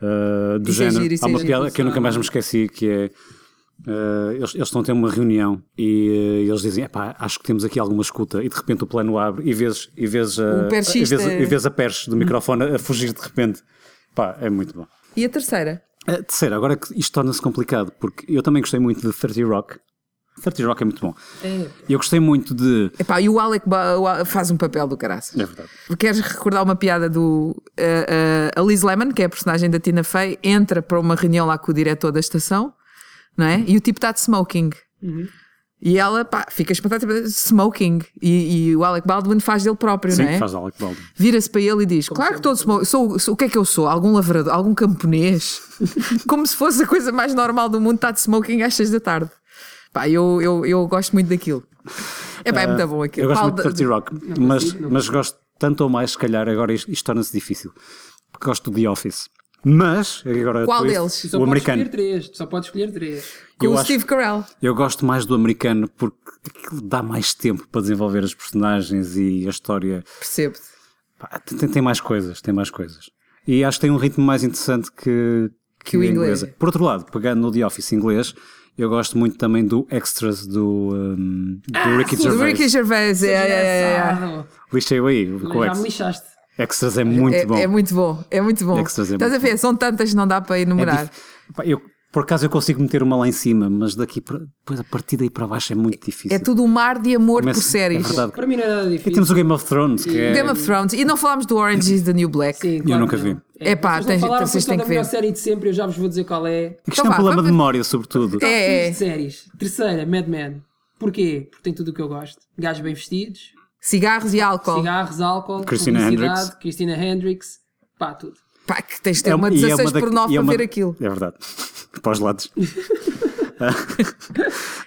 Speaker 3: Ah, do
Speaker 4: Isso é
Speaker 3: género.
Speaker 4: giro, isso
Speaker 3: Há
Speaker 4: é
Speaker 3: uma
Speaker 4: giro.
Speaker 3: piada que eu nunca mais me esqueci que é. ah, eles, eles estão a ter uma reunião e ah, eles dizem: "Epá, acho que temos aqui alguma escuta, e de repente o plano abre e vês, e vês, a,
Speaker 4: O Um perchista. é.
Speaker 3: e vês, e vês a perche do microfone a fugir de repente. Pá, é muito bom.
Speaker 4: E a terceira?
Speaker 3: A terceira, Eh, agora que isto torna-se complicado, porque eu também gostei muito de 30 Rock. 30 Rock é muito bom. Eu gostei muito de.
Speaker 4: Epá, e o Alec Ba- o Al- faz um papel do caraças.
Speaker 3: É verdade.
Speaker 4: Queres recordar uma piada do. ah, ah, a Liz Lemon, que é a personagem da Tina Fey, entra para uma reunião lá com o diretor da estação, não é? E o tipo está de smoking. E ela, pá, fica espantada, tipo, smoking. E, e o Alec Baldwin faz dele próprio,
Speaker 3: Sim,
Speaker 4: não é?
Speaker 3: faz Alec Baldwin.
Speaker 4: Vira-se para ele e diz: Claro que todo smoking. Sou, sou- o que é que eu sou? Algum lavrador? Algum camponês? Como se fosse a coisa mais normal do mundo, está de smoking às seis da tarde. Pá, eu, eu, eu gosto muito daquilo. É pá, é muito bom aquilo.
Speaker 3: Eh, Eu gosto
Speaker 4: Paulo,
Speaker 3: muito de 30 Rock, mas, mas gosto tanto ou mais, se calhar, agora isto, isto torna-se difícil. Porque gosto do The Office. Mas, agora
Speaker 4: Qual
Speaker 3: tu-
Speaker 4: deles?
Speaker 2: Tu só
Speaker 3: O
Speaker 2: podes
Speaker 3: americano.
Speaker 2: escolher três, tu só podes escolher três.
Speaker 4: com
Speaker 3: eu
Speaker 4: o
Speaker 3: acho-
Speaker 4: Steve Carell.
Speaker 3: Eu gosto mais do americano porque aquilo dá mais tempo para desenvolver as personagens e a história.
Speaker 4: Percebo-te.
Speaker 3: Pá, tem, tem mais coisas, tem mais coisas. E acho que tem um ritmo mais interessante que, que,
Speaker 4: o
Speaker 3: a
Speaker 4: inglês.
Speaker 3: inglesa. Por outro lado, pegando no The Office inglês, eu gosto muito também do Extras do, hum, do Ricky
Speaker 4: Ah, Do
Speaker 3: Gervais.
Speaker 4: Ricky Gervais. É, é, é, é.
Speaker 2: Engraçado.
Speaker 3: Lixei aí com
Speaker 2: Mas é um já
Speaker 3: o
Speaker 2: me
Speaker 3: Extras.
Speaker 2: lixaste.
Speaker 3: Extras é muito
Speaker 4: É-
Speaker 3: bom.
Speaker 4: é muito bom. É muito bom.
Speaker 3: Extras é
Speaker 4: Estás a
Speaker 3: muito
Speaker 4: ver? São tantas, não dá para
Speaker 3: É
Speaker 4: enumerar.
Speaker 3: dif- Pá, eu, por acaso eu consigo meter uma lá em cima, mas daqui para, depois a partir daí para baixo é muito difícil.
Speaker 4: É, tudo um mar de amor
Speaker 3: Começa-
Speaker 4: por séries.
Speaker 3: É verdade.
Speaker 2: Para mim não é nada
Speaker 3: E
Speaker 2: difícil.
Speaker 3: temos o Game of Thrones, que é.
Speaker 4: Game of Thrones. E não falámos do Orange is the New Black.
Speaker 2: Sim,
Speaker 3: Eu
Speaker 2: claro
Speaker 3: nunca
Speaker 2: não.
Speaker 3: vi.
Speaker 2: É,
Speaker 4: Epá,
Speaker 2: vocês
Speaker 4: tens-
Speaker 2: não falaram
Speaker 4: vocês
Speaker 2: porque
Speaker 4: têm
Speaker 2: é
Speaker 4: que
Speaker 2: a melhor
Speaker 4: ver.
Speaker 2: série de sempre, eu já vos vou dizer qual é.
Speaker 3: Isto
Speaker 4: Então
Speaker 3: é um
Speaker 4: vá,
Speaker 3: problema
Speaker 4: vamos-
Speaker 3: de memória, sobretudo.
Speaker 2: Filmes
Speaker 4: É.
Speaker 2: de séries. Terceira, Mad Men. Porquê? Porque tem tudo o que eu gosto. Gajos bem vestidos,
Speaker 4: Cigarros e álcool.
Speaker 2: cigarros, álcool,
Speaker 3: Christina
Speaker 2: publicidade,
Speaker 3: Hendricks.
Speaker 2: Christina Hendricks, pá, tudo.
Speaker 4: Pá, que tens de ter uma
Speaker 3: É e
Speaker 4: 16
Speaker 3: da-
Speaker 4: por 9
Speaker 3: e é
Speaker 4: para
Speaker 3: uma-
Speaker 4: ver aquilo.
Speaker 3: É verdade. Para os lados.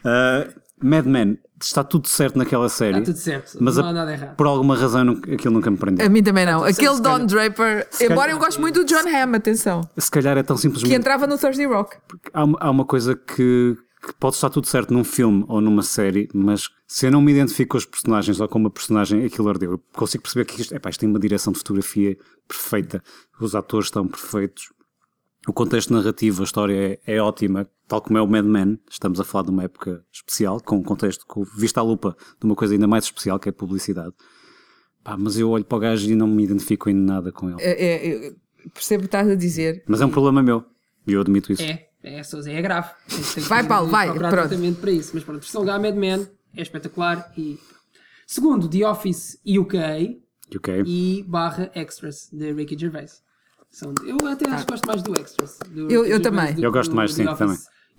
Speaker 3: Ah, Mad Men, está tudo certo naquela série.
Speaker 2: Está tudo certo.
Speaker 3: Mas
Speaker 2: não
Speaker 3: a-
Speaker 2: há nada errado.
Speaker 3: Por alguma razão nunca- aquilo nunca me prendeu.
Speaker 4: A mim também não. Aquele
Speaker 3: calhar-
Speaker 4: Don Draper.
Speaker 3: se calhar-
Speaker 4: Embora eu goste muito do John Hamm, atenção.
Speaker 3: Se calhar é tão
Speaker 4: Que
Speaker 3: simplesmente.
Speaker 4: entrava no Thursday Rock.
Speaker 3: Há, uma- há uma coisa que, que pode estar tudo certo num filme ou numa série, mas se eu não me identifico com os personagens ou com uma personagem, aquilo ardeu. Eu consigo perceber que isto, epá, isto tem uma direção de fotografia perfeita, os atores estão perfeitos, o contexto narrativo, a história é, é ótima, tal como é o Mad Men. Estamos a falar de uma época especial, com um contexto com, vista à lupa de uma coisa ainda mais especial que é a publicidade. Pá, mas eu olho para o gajo e não me identifico em nada com ele.
Speaker 4: É, é, eu percebo o que estás a dizer.
Speaker 3: Mas é um problema meu, e eu admito isso.
Speaker 2: É, é, Sousa, é grave. Tem que- tem que
Speaker 4: Vai, Paulo, vai,
Speaker 2: procurar
Speaker 4: pronto.
Speaker 2: tratamento para isso. Mas pronto, versão H, Mad Men, é espetacular. E... Segundo, The Office UK
Speaker 3: Ok?
Speaker 2: e barra Extras, de Ricky Gervais. São- Eu até acho que gosto mais do Extras. do-
Speaker 4: Tá. Eu- eu
Speaker 2: dos
Speaker 4: também.
Speaker 2: do-
Speaker 3: Eu gosto
Speaker 2: do-
Speaker 3: mais,
Speaker 2: do
Speaker 3: sim,
Speaker 2: Office
Speaker 3: também.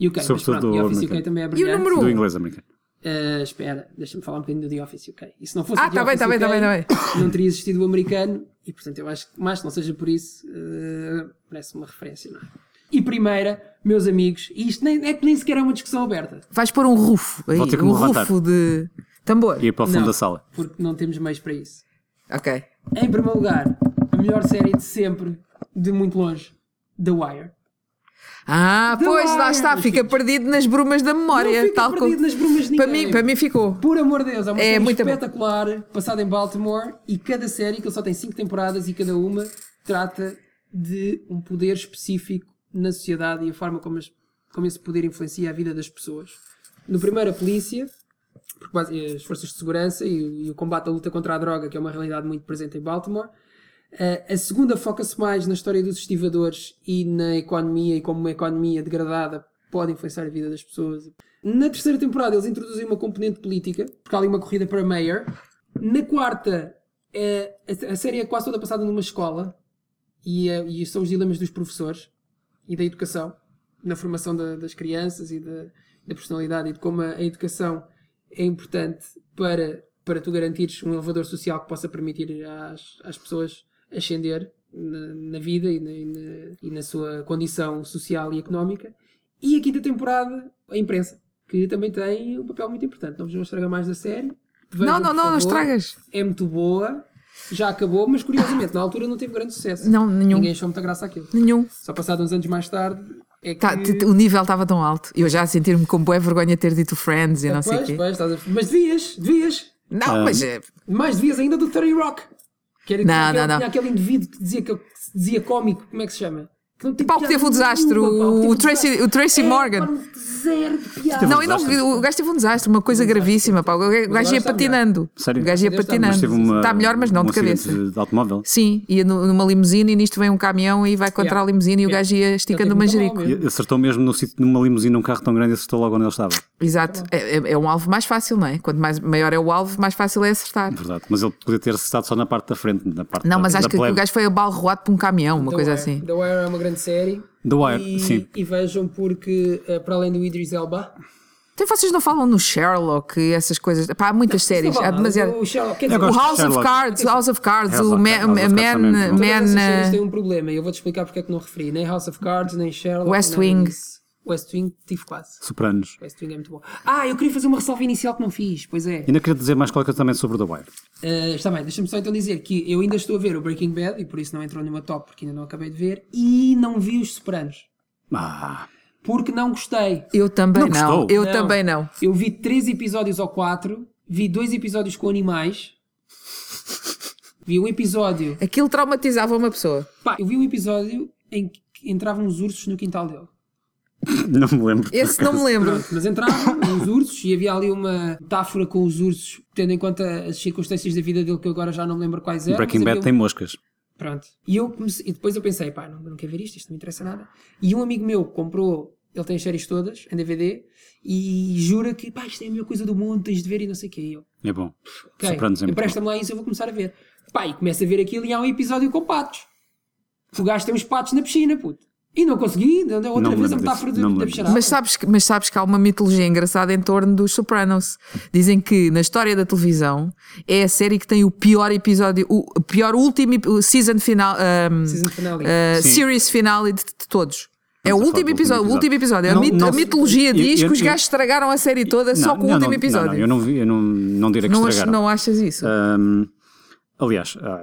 Speaker 2: UK, mas
Speaker 3: Sobretudo
Speaker 2: pronto,
Speaker 3: do
Speaker 2: The Office
Speaker 3: americano.
Speaker 2: UK também é
Speaker 4: E o
Speaker 2: brilhante.
Speaker 4: número
Speaker 3: Do
Speaker 4: 1? Um?
Speaker 3: inglês americano.
Speaker 2: Eh, espera, deixa-me falar um bocadinho do The Office UK. E se não fosse
Speaker 4: Ah,
Speaker 2: o The
Speaker 4: tá bem,
Speaker 2: Office
Speaker 4: tá bem,
Speaker 2: UK,
Speaker 4: tá bem, tá
Speaker 2: não teria existido o americano. E portanto, eu acho que mais que não seja por isso, eh, parece uma referência, não é? E primeira, meus amigos, e isto nem, é que nem sequer é uma discussão aberta,
Speaker 4: Vais pôr um rufo aí,
Speaker 3: Vou ter que
Speaker 4: um
Speaker 3: me levantar.
Speaker 4: rufo de tambor.
Speaker 3: E ir para o fundo
Speaker 2: Não.
Speaker 3: da sala.
Speaker 2: porque não temos meios para isso.
Speaker 4: Ok.
Speaker 2: Em primeiro lugar, a melhor série de sempre, de muito longe, The Wire.
Speaker 4: Ah,
Speaker 2: The
Speaker 4: pois, lá
Speaker 2: Wire,
Speaker 4: está,
Speaker 2: meus
Speaker 4: fica
Speaker 2: filhos.
Speaker 4: perdido nas brumas da memória.
Speaker 2: Não fica
Speaker 4: tal
Speaker 2: perdido
Speaker 4: como...
Speaker 2: nas brumas de
Speaker 4: para
Speaker 2: ninguém.
Speaker 4: mim, para mim ficou.
Speaker 2: Por amor de Deus, é uma
Speaker 4: É
Speaker 2: série
Speaker 4: muito bom.
Speaker 2: espetacular, passada em Baltimore, e cada série, que ele só tem cinco temporadas e cada uma trata de um poder específico na sociedade e a forma como, as- como esse poder influencia a vida das pessoas. No primeiro, a polícia, porque base- eh, as forças de segurança e, o- e o combate à luta contra a droga, que é uma realidade muito presente em Baltimore. Uh, a segunda foca-se mais na história dos estivadores e na economia e como uma economia degradada pode influenciar a vida das pessoas. Na terceira temporada eles introduzem uma componente política, porque há ali uma corrida para mayor. Na quarta, eh, a, a série é quase toda passada numa escola e, eh, e são os dilemas dos professores e da educação, na formação da- das crianças e da, da personalidade e de como a, a educação é importante para, para tu garantires um elevador social que possa permitir às, às pessoas ascender na, na vida e na, e na- e na sua condição social e económica. E a quinta temporada, a imprensa, que também tem um papel muito importante. Não vos vou estragar mais da série. Vejam,
Speaker 4: não, não,
Speaker 2: por
Speaker 4: não, não
Speaker 2: favor.
Speaker 4: estragas.
Speaker 2: É muito boa, já acabou, mas curiosamente, na altura não teve grande sucesso.
Speaker 4: Não, nenhum.
Speaker 2: Ninguém achou muita graça àquilo.
Speaker 4: Nenhum.
Speaker 2: Só passado uns anos mais tarde é que.
Speaker 4: Tá, t- t- o nível estava tão alto. Eu já a sentir-me com boa vergonha de ter dito Friends e não sei o
Speaker 2: pois,
Speaker 4: quê.
Speaker 2: pois, estás a... Mas devias, devias.
Speaker 3: Ah.
Speaker 4: Não, mas é.
Speaker 2: Mais devias ainda do 30 Rock. Que era
Speaker 4: Não,
Speaker 2: aquele,
Speaker 4: não, não.
Speaker 2: tinha aquele indivíduo que dizia, que, que se dizia cómico, como é que se chama? Que não tem
Speaker 4: Pá, o que
Speaker 2: piada
Speaker 4: teve o desastre,
Speaker 2: nenhuma, pá,
Speaker 4: o-
Speaker 2: que
Speaker 4: o
Speaker 2: teve
Speaker 4: Tracy-
Speaker 2: desastre.
Speaker 4: o Tracy
Speaker 2: É,
Speaker 4: Morgan.
Speaker 2: pá, um Zero de piada.
Speaker 3: Teve
Speaker 4: Não,
Speaker 3: um
Speaker 4: e não,
Speaker 3: desastre.
Speaker 4: o gajo teve um desastre, uma coisa gravíssima. Pá. O gajo- o gajo ia
Speaker 2: está
Speaker 4: patinando.
Speaker 3: Sério?
Speaker 4: O gajo ia
Speaker 2: Mas está melhor.
Speaker 4: patinando.
Speaker 3: Mas teve uma.
Speaker 4: Está melhor, mas não
Speaker 3: um
Speaker 4: de
Speaker 3: acidente
Speaker 4: cabeça.
Speaker 3: De, de automóvel.
Speaker 4: Sim, ia nu- numa limusine e nisto vem um caminhão e vai contra
Speaker 2: Yeah.
Speaker 4: a limusine e o
Speaker 2: Yeah.
Speaker 4: gajo ia
Speaker 2: Ele
Speaker 4: esticando o
Speaker 2: teve muito
Speaker 4: manjerico.
Speaker 2: mal
Speaker 3: E
Speaker 2: mesmo.
Speaker 3: acertou mesmo no sítio, numa limusina, um carro tão grande, acertou logo onde ele estava.
Speaker 4: Exato.
Speaker 2: Tá
Speaker 4: É, é- é um alvo mais fácil, não é? Quanto mais, maior é o alvo, mais fácil é acertar.
Speaker 3: Verdade. Mas ele podia ter acertado só na parte da frente, na parte
Speaker 4: Não,
Speaker 3: da,
Speaker 4: mas acho
Speaker 3: da
Speaker 4: que o
Speaker 3: plebe.
Speaker 4: gajo foi abalroado por um caminhão, uma
Speaker 2: The
Speaker 4: coisa
Speaker 2: Wire.
Speaker 4: assim.
Speaker 2: The Wire Então é uma grande série.
Speaker 3: The Wire,
Speaker 2: E,
Speaker 3: sim.
Speaker 2: e vejam porque, eh, para além do Idris Elba,
Speaker 4: Então vocês não falam no Sherlock e essas coisas. Pá, há muitas séries.
Speaker 2: Não vá
Speaker 4: Há
Speaker 2: lá,
Speaker 4: demasiado.
Speaker 2: o Sherlock, quer
Speaker 3: Eu
Speaker 2: dizer,
Speaker 4: O
Speaker 3: gosto de
Speaker 4: House of
Speaker 3: Sherlock.
Speaker 4: Cards, o House of Cards,
Speaker 3: House
Speaker 4: o
Speaker 3: of
Speaker 4: Man.
Speaker 3: Cards, House of Cards também é muito bom.
Speaker 2: Todas essas séries têm
Speaker 4: Man-
Speaker 2: um problema e eu vou-te explicar porque é que não referi. Nem House of Cards, nem Sherlock.
Speaker 4: West
Speaker 2: nem nada
Speaker 4: Wing.
Speaker 2: disso. West Wing, tive quase.
Speaker 3: Sopranos.
Speaker 2: West Wing é muito bom. Ah, eu queria fazer uma ressalva inicial que não fiz, pois é.
Speaker 3: Ainda queria dizer mais qualquer coisa também sobre o The Wire.
Speaker 2: Uh, está bem, deixa-me só então dizer que eu ainda estou a ver o Breaking Bad e por isso não entrou numa top porque ainda não acabei de ver e não vi os Sopranos
Speaker 3: Ah,
Speaker 2: porque não gostei.
Speaker 4: Eu também
Speaker 3: Não
Speaker 4: não.
Speaker 3: gostou?
Speaker 4: Eu também não.
Speaker 2: Eu vi três episódios ou quatro, vi dois episódios com animais, vi um episódio.
Speaker 4: Aquilo traumatizava uma pessoa.
Speaker 2: Pá, eu vi um episódio em que entravam uns ursos no quintal dele.
Speaker 3: não me lembro.
Speaker 4: Esse não me lembro.
Speaker 2: Pronto, mas entravam uns ursos e havia ali uma metáfora com os ursos, tendo em conta as circunstâncias da vida dele que eu agora já não me lembro quais eram.
Speaker 3: Breaking
Speaker 2: mas
Speaker 3: Bad
Speaker 2: havia um-
Speaker 3: tem moscas.
Speaker 2: Pronto. E eu comecei- e depois eu pensei, pá, não, não quero ver isto, isto não me interessa nada. E um amigo meu comprou, ele tem as séries todas em DVD e jura que, pá, isto é a melhor coisa do mundo, tens de ver e não sei o quê. E eu,
Speaker 3: É bom.
Speaker 2: ok,
Speaker 3: Sopranos é muito bom.
Speaker 2: empresta-me lá isso, eu vou começar a ver. Pá, e começo a ver aquilo e há um episódio com patos. O gajo tem uns patos na piscina, puto. E não consegui, da- da outra
Speaker 3: Não me
Speaker 2: vez
Speaker 3: lembro
Speaker 2: a metáfora
Speaker 3: disso,
Speaker 2: da,
Speaker 3: não me
Speaker 2: da
Speaker 3: lembro
Speaker 2: piscina.
Speaker 3: disso.
Speaker 4: Mas sabes, que- mas sabes que há uma mitologia engraçada em torno dos Sopranos. Dizem que na história da televisão é a série que tem o pior episódio, o o pior último ep- o season final, ahm,
Speaker 2: Season finale.
Speaker 4: ah,
Speaker 3: Sim.
Speaker 4: series finale de, de todos. É o
Speaker 3: Estamos a
Speaker 4: último
Speaker 3: falar do
Speaker 4: episódio, o último episódio. É A,
Speaker 3: Não,
Speaker 4: mit-
Speaker 3: não
Speaker 4: a
Speaker 3: se-
Speaker 4: mitologia
Speaker 3: eu-
Speaker 4: diz
Speaker 3: eu-
Speaker 4: que os
Speaker 3: eu-
Speaker 4: gajos estragaram a série toda só
Speaker 3: Não,
Speaker 4: com o
Speaker 3: não,
Speaker 4: último
Speaker 3: não,
Speaker 4: episódio.
Speaker 3: Não, não, eu não, vi- eu não, não direi que
Speaker 4: Não ach-
Speaker 3: estragaram. Ah,
Speaker 4: não achas isso?
Speaker 3: Ahm, aliás, ah,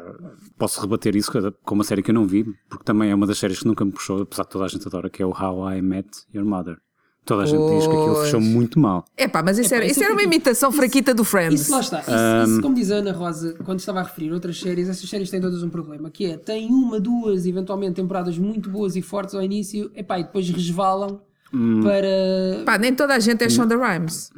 Speaker 3: posso rebater isso com uma série que eu não vi, porque também é uma das séries que nunca me puxou, apesar de toda a gente adora, que é o How I Met Your Mother. Toda a gente diz que aquilo
Speaker 4: Pois.
Speaker 3: fechou muito mal.
Speaker 4: É pá, mas isso, era,
Speaker 2: isso
Speaker 4: isso
Speaker 2: é
Speaker 4: era uma
Speaker 2: fraquito.
Speaker 4: imitação fraquita do Friends.
Speaker 2: Isso lá está. Isso, isso, como diz a Ana Rosa, quando estava a referir outras séries, essas séries têm todas um problema, que é, têm uma, duas, eventualmente temporadas muito boas e fortes ao início, epá, e depois resvalam para...
Speaker 4: Pá, nem toda a gente é Shonda Rhimes.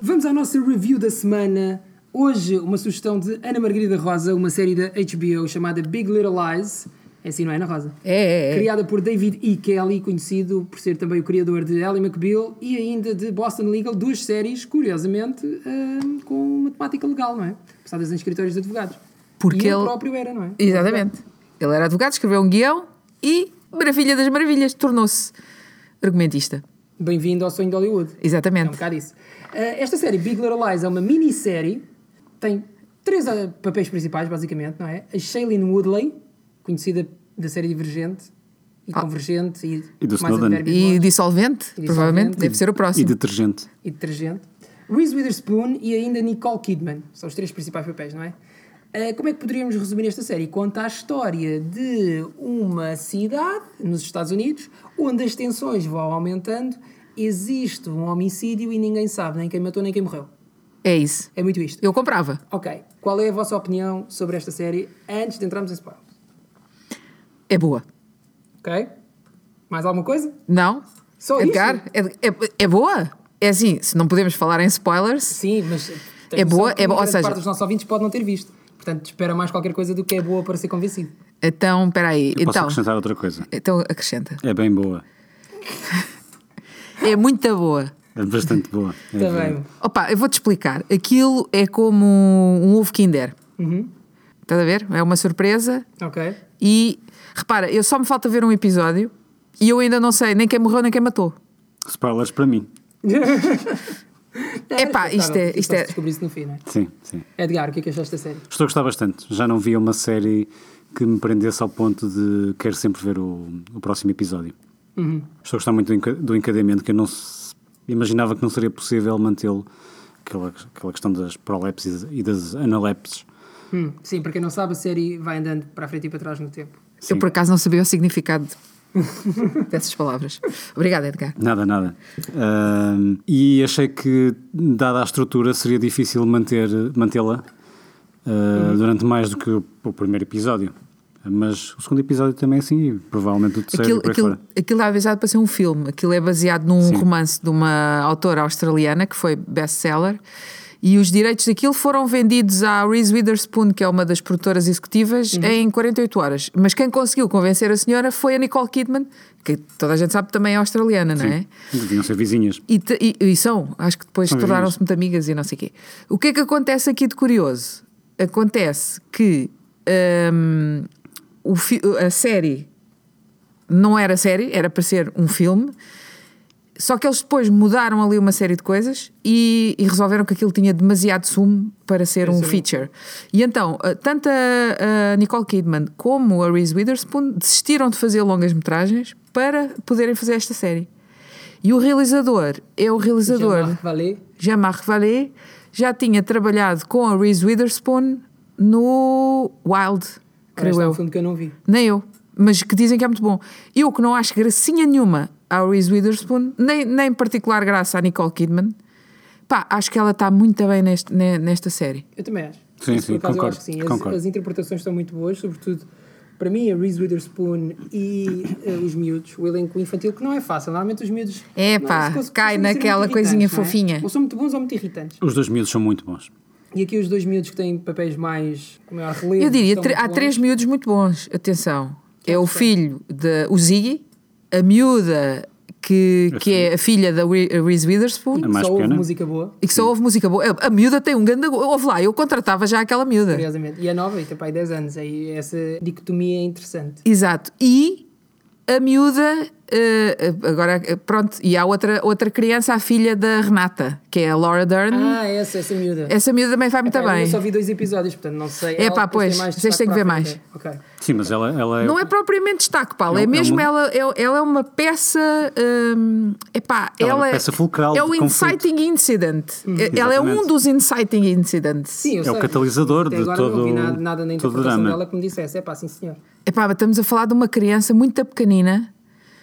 Speaker 2: Vamos à nossa review da semana. Hoje, uma sugestão de Ana Margarida Rosa, uma série da HBO chamada Big Little Lies. É assim, não é, Ana Rosa?
Speaker 4: É, é, é.
Speaker 2: Criada por David E. Kelly, conhecido por ser também o criador de Ally McBeal e ainda de Boston Legal, duas séries, curiosamente, hum, com uma temática legal, não é? Passadas em escritórios de advogados.
Speaker 4: Porque
Speaker 2: e ele
Speaker 4: ele.
Speaker 2: próprio era, não é?
Speaker 4: Exatamente. Ele era advogado, escreveu um guião e, maravilha das maravilhas, tornou-se argumentista.
Speaker 2: Bem-vindo ao sonho de Hollywood. É um
Speaker 4: Exatamente.
Speaker 2: bocado isso. Eh, esta série, Big Little Lies, é uma minissérie. Tem três eh, papéis principais, basicamente, não é? A Shailene Woodley, conhecida da série Divergente e Convergente e,
Speaker 3: E do
Speaker 2: mais
Speaker 3: Snowden.
Speaker 2: advérbios
Speaker 4: Ah. e
Speaker 2: longe,
Speaker 4: dissolvente,
Speaker 2: E
Speaker 4: provavelmente,
Speaker 2: dissolvente.
Speaker 4: deve ser o
Speaker 3: E
Speaker 4: próximo.
Speaker 3: detergente.
Speaker 2: é? e Detergente. Reese Witherspoon e ainda Nicole Kidman. São os três principais papéis, não é? Eh, como é que poderíamos resumir esta série? Conta a história de uma cidade nos Estados Unidos onde as tensões vão aumentando, existe um homicídio e ninguém sabe nem quem matou nem quem morreu.
Speaker 4: É isso.
Speaker 2: É muito isto.
Speaker 4: Eu comprava.
Speaker 2: Ok, qual é a vossa opinião sobre esta série antes de entrarmos em spoilers?
Speaker 4: É boa.
Speaker 2: Ok? Mais alguma coisa?
Speaker 4: Não?
Speaker 2: Só
Speaker 4: Edgar, é, é, é boa? É assim, se não podemos falar em spoilers,
Speaker 2: Sim, mas
Speaker 4: É boa, é boa, ou seja-
Speaker 2: parte dos nossos ouvintes pode não ter visto. Portanto, espera mais qualquer coisa do que é boa para ser convencido.
Speaker 4: então, espera aí.
Speaker 3: Eu posso
Speaker 4: Então,
Speaker 3: acrescentar outra coisa.
Speaker 4: então, acrescenta.
Speaker 3: É bem boa.
Speaker 4: É muito boa.
Speaker 3: É bastante boa.
Speaker 4: Uhum.
Speaker 3: É
Speaker 2: Está
Speaker 3: verdade.
Speaker 2: bem.
Speaker 4: Opa, eu vou-te explicar. Aquilo é como um ovo Kinder. Estás a ver? É uma surpresa.
Speaker 2: Ok.
Speaker 4: E repara, eu só me falta ver um episódio e eu ainda não sei nem quem morreu nem quem matou.
Speaker 3: Spoilers para mim.
Speaker 4: Epá, isto é- isto é-
Speaker 2: descobrir isso no fim, não é?
Speaker 3: Sim, sim.
Speaker 2: Edgar, o que é que achaste da série?
Speaker 3: Estou a gostar bastante. Já não via uma série que me prendesse ao ponto de quero sempre ver o, o próximo episódio.
Speaker 4: Uhum.
Speaker 3: Estou a gostar muito do enca- do encadeamento, que eu não se- imaginava que não seria possível mantê-lo. Aquela, aquela questão das prolepses e das analepses.
Speaker 2: Hum, sim, para quem não sabe, a série vai andando para a frente e para trás no tempo.
Speaker 4: Eu por acaso não sabia o significado de- dessas palavras. Obrigada, Edgar.
Speaker 3: Nada, nada. Ahm, e achei que, dada a estrutura, seria difícil manter, mantê-la ah,
Speaker 4: Uhum.
Speaker 3: durante mais do que o, o primeiro episódio. Mas o segundo episódio também é assim, e provavelmente o terceiro e
Speaker 4: Aquilo,
Speaker 3: por aí
Speaker 4: aquilo,
Speaker 3: fora.
Speaker 4: aquilo é avisado para ser um filme. Aquilo é baseado num
Speaker 3: Sim.
Speaker 4: romance de uma autora australiana que foi best-seller. E os direitos daquilo foram vendidos à Reese Witherspoon, que é uma das produtoras executivas, em 48 horas. Mas quem conseguiu convencer a senhora foi a Nicole Kidman, que toda a gente sabe também é australiana, não é?
Speaker 3: Deviam ser vizinhas.
Speaker 4: E, te- e- e são, acho que depois
Speaker 3: São
Speaker 4: tornaram-se muito amigas e não sei o quê. O que é que acontece aqui de curioso? Acontece que hum, o fi- a série não era série, era para ser um filme, só que eles depois mudaram ali uma série de coisas e, e resolveram que aquilo tinha demasiado sumo para ser um
Speaker 2: ser um-
Speaker 4: feature. E então, eh, tanto a, a Nicole Kidman como a Reese Witherspoon desistiram de fazer longas metragens para poderem fazer esta série. E o realizador é o realizador
Speaker 2: Jean-Marc Vallée,
Speaker 4: Jean-Marc Vallée, já tinha trabalhado com a Reese Witherspoon no Wild,
Speaker 2: Ora,
Speaker 4: creio
Speaker 2: este é
Speaker 4: eu.
Speaker 2: um filme que eu não vi.
Speaker 4: Nem eu, mas que dizem que é muito bom. Eu que não acho gracinha nenhuma à Reese Witherspoon, nem, nem particular graça à Nicole Kidman, pá, acho que ela está muito bem neste- ne- nesta série.
Speaker 2: Eu também acho.
Speaker 3: Sim,
Speaker 2: Isso,
Speaker 3: sim,
Speaker 2: por acaso,
Speaker 3: concordo,
Speaker 2: Eu acho que sim. As,
Speaker 3: concordo.
Speaker 2: as interpretações estão muito boas, sobretudo para mim, a Reese Witherspoon e eh, os miúdos, o elenco infantil, que não é fácil. Normalmente os miúdos.
Speaker 4: É
Speaker 2: não,
Speaker 4: pá,
Speaker 2: se cons-
Speaker 4: cai
Speaker 2: costumam ser
Speaker 4: naquela
Speaker 2: muito
Speaker 4: coisinha
Speaker 2: irritantes, não é?
Speaker 4: fofinha.
Speaker 2: Ou são muito bons ou muito irritantes.
Speaker 3: Os dois miúdos são muito bons.
Speaker 2: E aqui os dois miúdos que têm papéis mais. com maior relevo.
Speaker 4: Eu diria,
Speaker 2: são
Speaker 4: tre-
Speaker 2: muito
Speaker 4: há
Speaker 2: bons.
Speaker 4: três miúdos muito bons, atenção. É o filho, de, o Ziggy, a miúda que, que é a filha da Re- Reese Witherspoon.
Speaker 3: A É mais
Speaker 2: Só houve
Speaker 3: pequena.
Speaker 2: música boa,
Speaker 4: E que só houve música boa. A- A miúda tem um grande. Houve lá, eu contratava já aquela miúda.
Speaker 2: curiosamente. E é nova, e tem pai 10 anos. Aí essa dicotomia é interessante.
Speaker 4: Exato. E a miúda. eh, eh, agora, eh, pronto. E há outra, outra criança, a filha da Renata, que é a Laura Dern.
Speaker 2: Ah, essa, essa miúda.
Speaker 4: Essa miúda também vai muito
Speaker 2: Epá,
Speaker 4: bem.
Speaker 2: Eu só vi dois episódios, portanto não sei.
Speaker 4: Epá,
Speaker 2: Ela depois
Speaker 4: pois,
Speaker 2: tem mais
Speaker 4: vocês têm que ver
Speaker 2: destaque
Speaker 4: mais.
Speaker 2: para a frente. Ok.
Speaker 3: Sim, mas ela, ela é.
Speaker 4: Não é propriamente destaque, Paulo.
Speaker 3: É
Speaker 4: É,
Speaker 3: um- é
Speaker 4: mesmo
Speaker 3: um-
Speaker 4: ela, é, ela é uma peça. hum, epá,
Speaker 3: Ela é
Speaker 4: ela
Speaker 3: uma peça fulcral
Speaker 4: É o
Speaker 3: de conflito.
Speaker 4: inciting incident. É- ela é um
Speaker 3: Exatamente.
Speaker 4: dos inciting incidents.
Speaker 2: Hum. Sim, eu
Speaker 3: É o
Speaker 2: sei.
Speaker 3: catalisador
Speaker 2: Até
Speaker 3: de
Speaker 2: agora
Speaker 3: todo-
Speaker 2: não vi nada, nada na
Speaker 3: todo o
Speaker 2: interpretação
Speaker 3: drama.
Speaker 2: dela que me dissesse. É pá, sim senhor.
Speaker 4: Epá, mas estamos a falar de uma criança muito pequenina.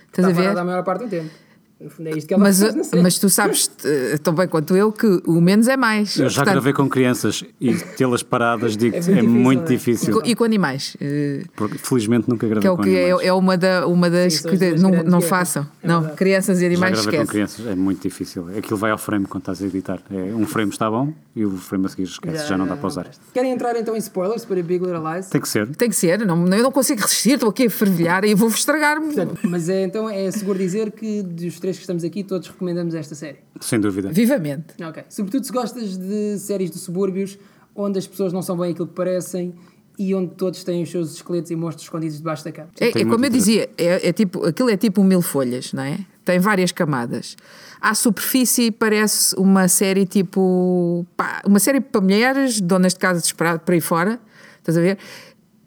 Speaker 4: Estás
Speaker 2: Está
Speaker 4: a ver?
Speaker 2: parada a maior parte do tempo. No fundo é isto que ela
Speaker 4: Mas,
Speaker 2: faz na série.
Speaker 4: mas tu sabes eh, tão bem quanto eu que o menos é mais.
Speaker 3: Eu já
Speaker 4: Portanto,
Speaker 3: gravei com crianças e tê-las paradas, digo,
Speaker 2: muito
Speaker 3: é,
Speaker 2: difícil,
Speaker 3: muito
Speaker 2: não é?
Speaker 4: e
Speaker 3: difícil.
Speaker 4: co- E com animais. eh,
Speaker 3: Porque, felizmente nunca gravei
Speaker 4: Que é o
Speaker 3: com
Speaker 4: que é,
Speaker 3: animais.
Speaker 4: é uma, da, uma das.
Speaker 2: Sim, são
Speaker 4: que
Speaker 2: as duas
Speaker 4: não
Speaker 2: grandes
Speaker 4: não
Speaker 2: guerras.
Speaker 4: façam.
Speaker 2: É
Speaker 4: não,
Speaker 2: verdade.
Speaker 4: crianças e
Speaker 3: Já
Speaker 4: animais
Speaker 3: gravei com
Speaker 4: esquece.
Speaker 3: crianças, é muito difícil. Aquilo vai ao frame quando estás a editar. É, um frame está bom e o frame a seguir esquece, já, não dá para usar.
Speaker 2: Querem entrar então em spoilers para Big Little Lies?
Speaker 3: Tem que ser.
Speaker 4: Tem que ser, não, eu não consigo resistir, estou aqui a fervilhar e vou-vos estragar-me.
Speaker 2: Portanto, mas é, então é seguro dizer que dos três que estamos aqui, todos recomendamos esta série.
Speaker 3: Sem dúvida.
Speaker 4: Vivamente.
Speaker 2: Ok. Sobretudo se gostas de séries de subúrbios onde as pessoas não são bem aquilo que parecem e onde todos têm os seus esqueletos e monstros escondidos debaixo da cama.
Speaker 4: É,
Speaker 3: Tem
Speaker 4: é
Speaker 3: muito
Speaker 4: como eu
Speaker 3: interesse.
Speaker 4: dizia, é, é tipo, aquilo é tipo um mil folhas, não é? Tem várias camadas. À superfície parece uma série tipo. pá, uma série para mulheres, donas de casa desesperado para aí fora, estás a ver?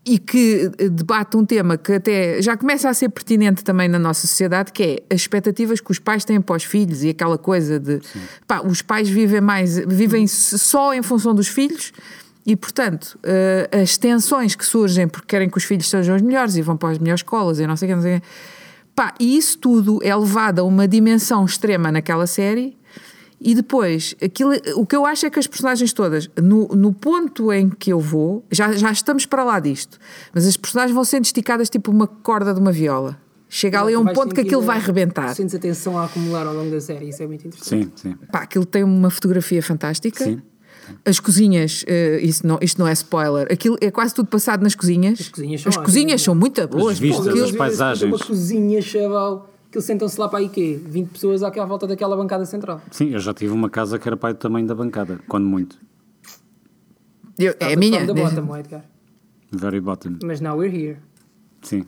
Speaker 4: E que eh, debate um tema que até já começa a ser pertinente também na nossa sociedade, que é as expectativas que os pais têm para os filhos e aquela coisa de pá, os pais vivem mais, vivem só em função dos filhos e, portanto, eh, as tensões que surgem porque querem que os filhos sejam os melhores e vão para as melhores escolas e não sei o que, não sei o quê. Pá, e isso tudo é levado a uma dimensão extrema naquela série. E depois, aquilo, o que eu acho é que as personagens todas, no, no ponto em que eu vou, já, já estamos para lá disto, mas as personagens vão sendo esticadas tipo uma corda de uma viola. Chega ali a um
Speaker 2: Vais
Speaker 4: ponto que aquilo
Speaker 2: sentindo-
Speaker 4: vai rebentar.
Speaker 2: Sentes a tensão a acumular ao longo da série, isso é muito interessante.
Speaker 3: Sim, sim.
Speaker 4: Pá, aquilo tem uma fotografia fantástica.
Speaker 3: Sim.
Speaker 4: As cozinhas, eh, isso não, isto não é spoiler, aquilo é quase tudo passado nas cozinhas. As
Speaker 2: cozinhas são ótimas,
Speaker 4: cozinhas são muito boas.
Speaker 3: As vistas,
Speaker 4: pô, aquilo-
Speaker 3: as paisagens.
Speaker 2: Uma cozinha, chaval, que eles sentam-se lá para aí quê? 20 pessoas à volta daquela bancada central.
Speaker 3: Sim, eu já tive uma casa que era pai do tamanho da bancada, quando muito.
Speaker 4: eu-
Speaker 2: Tá,
Speaker 4: é a minha.
Speaker 2: From the bottom, oh, Edgar.
Speaker 3: Very bottom.
Speaker 2: Mas now we're here.
Speaker 3: Sim.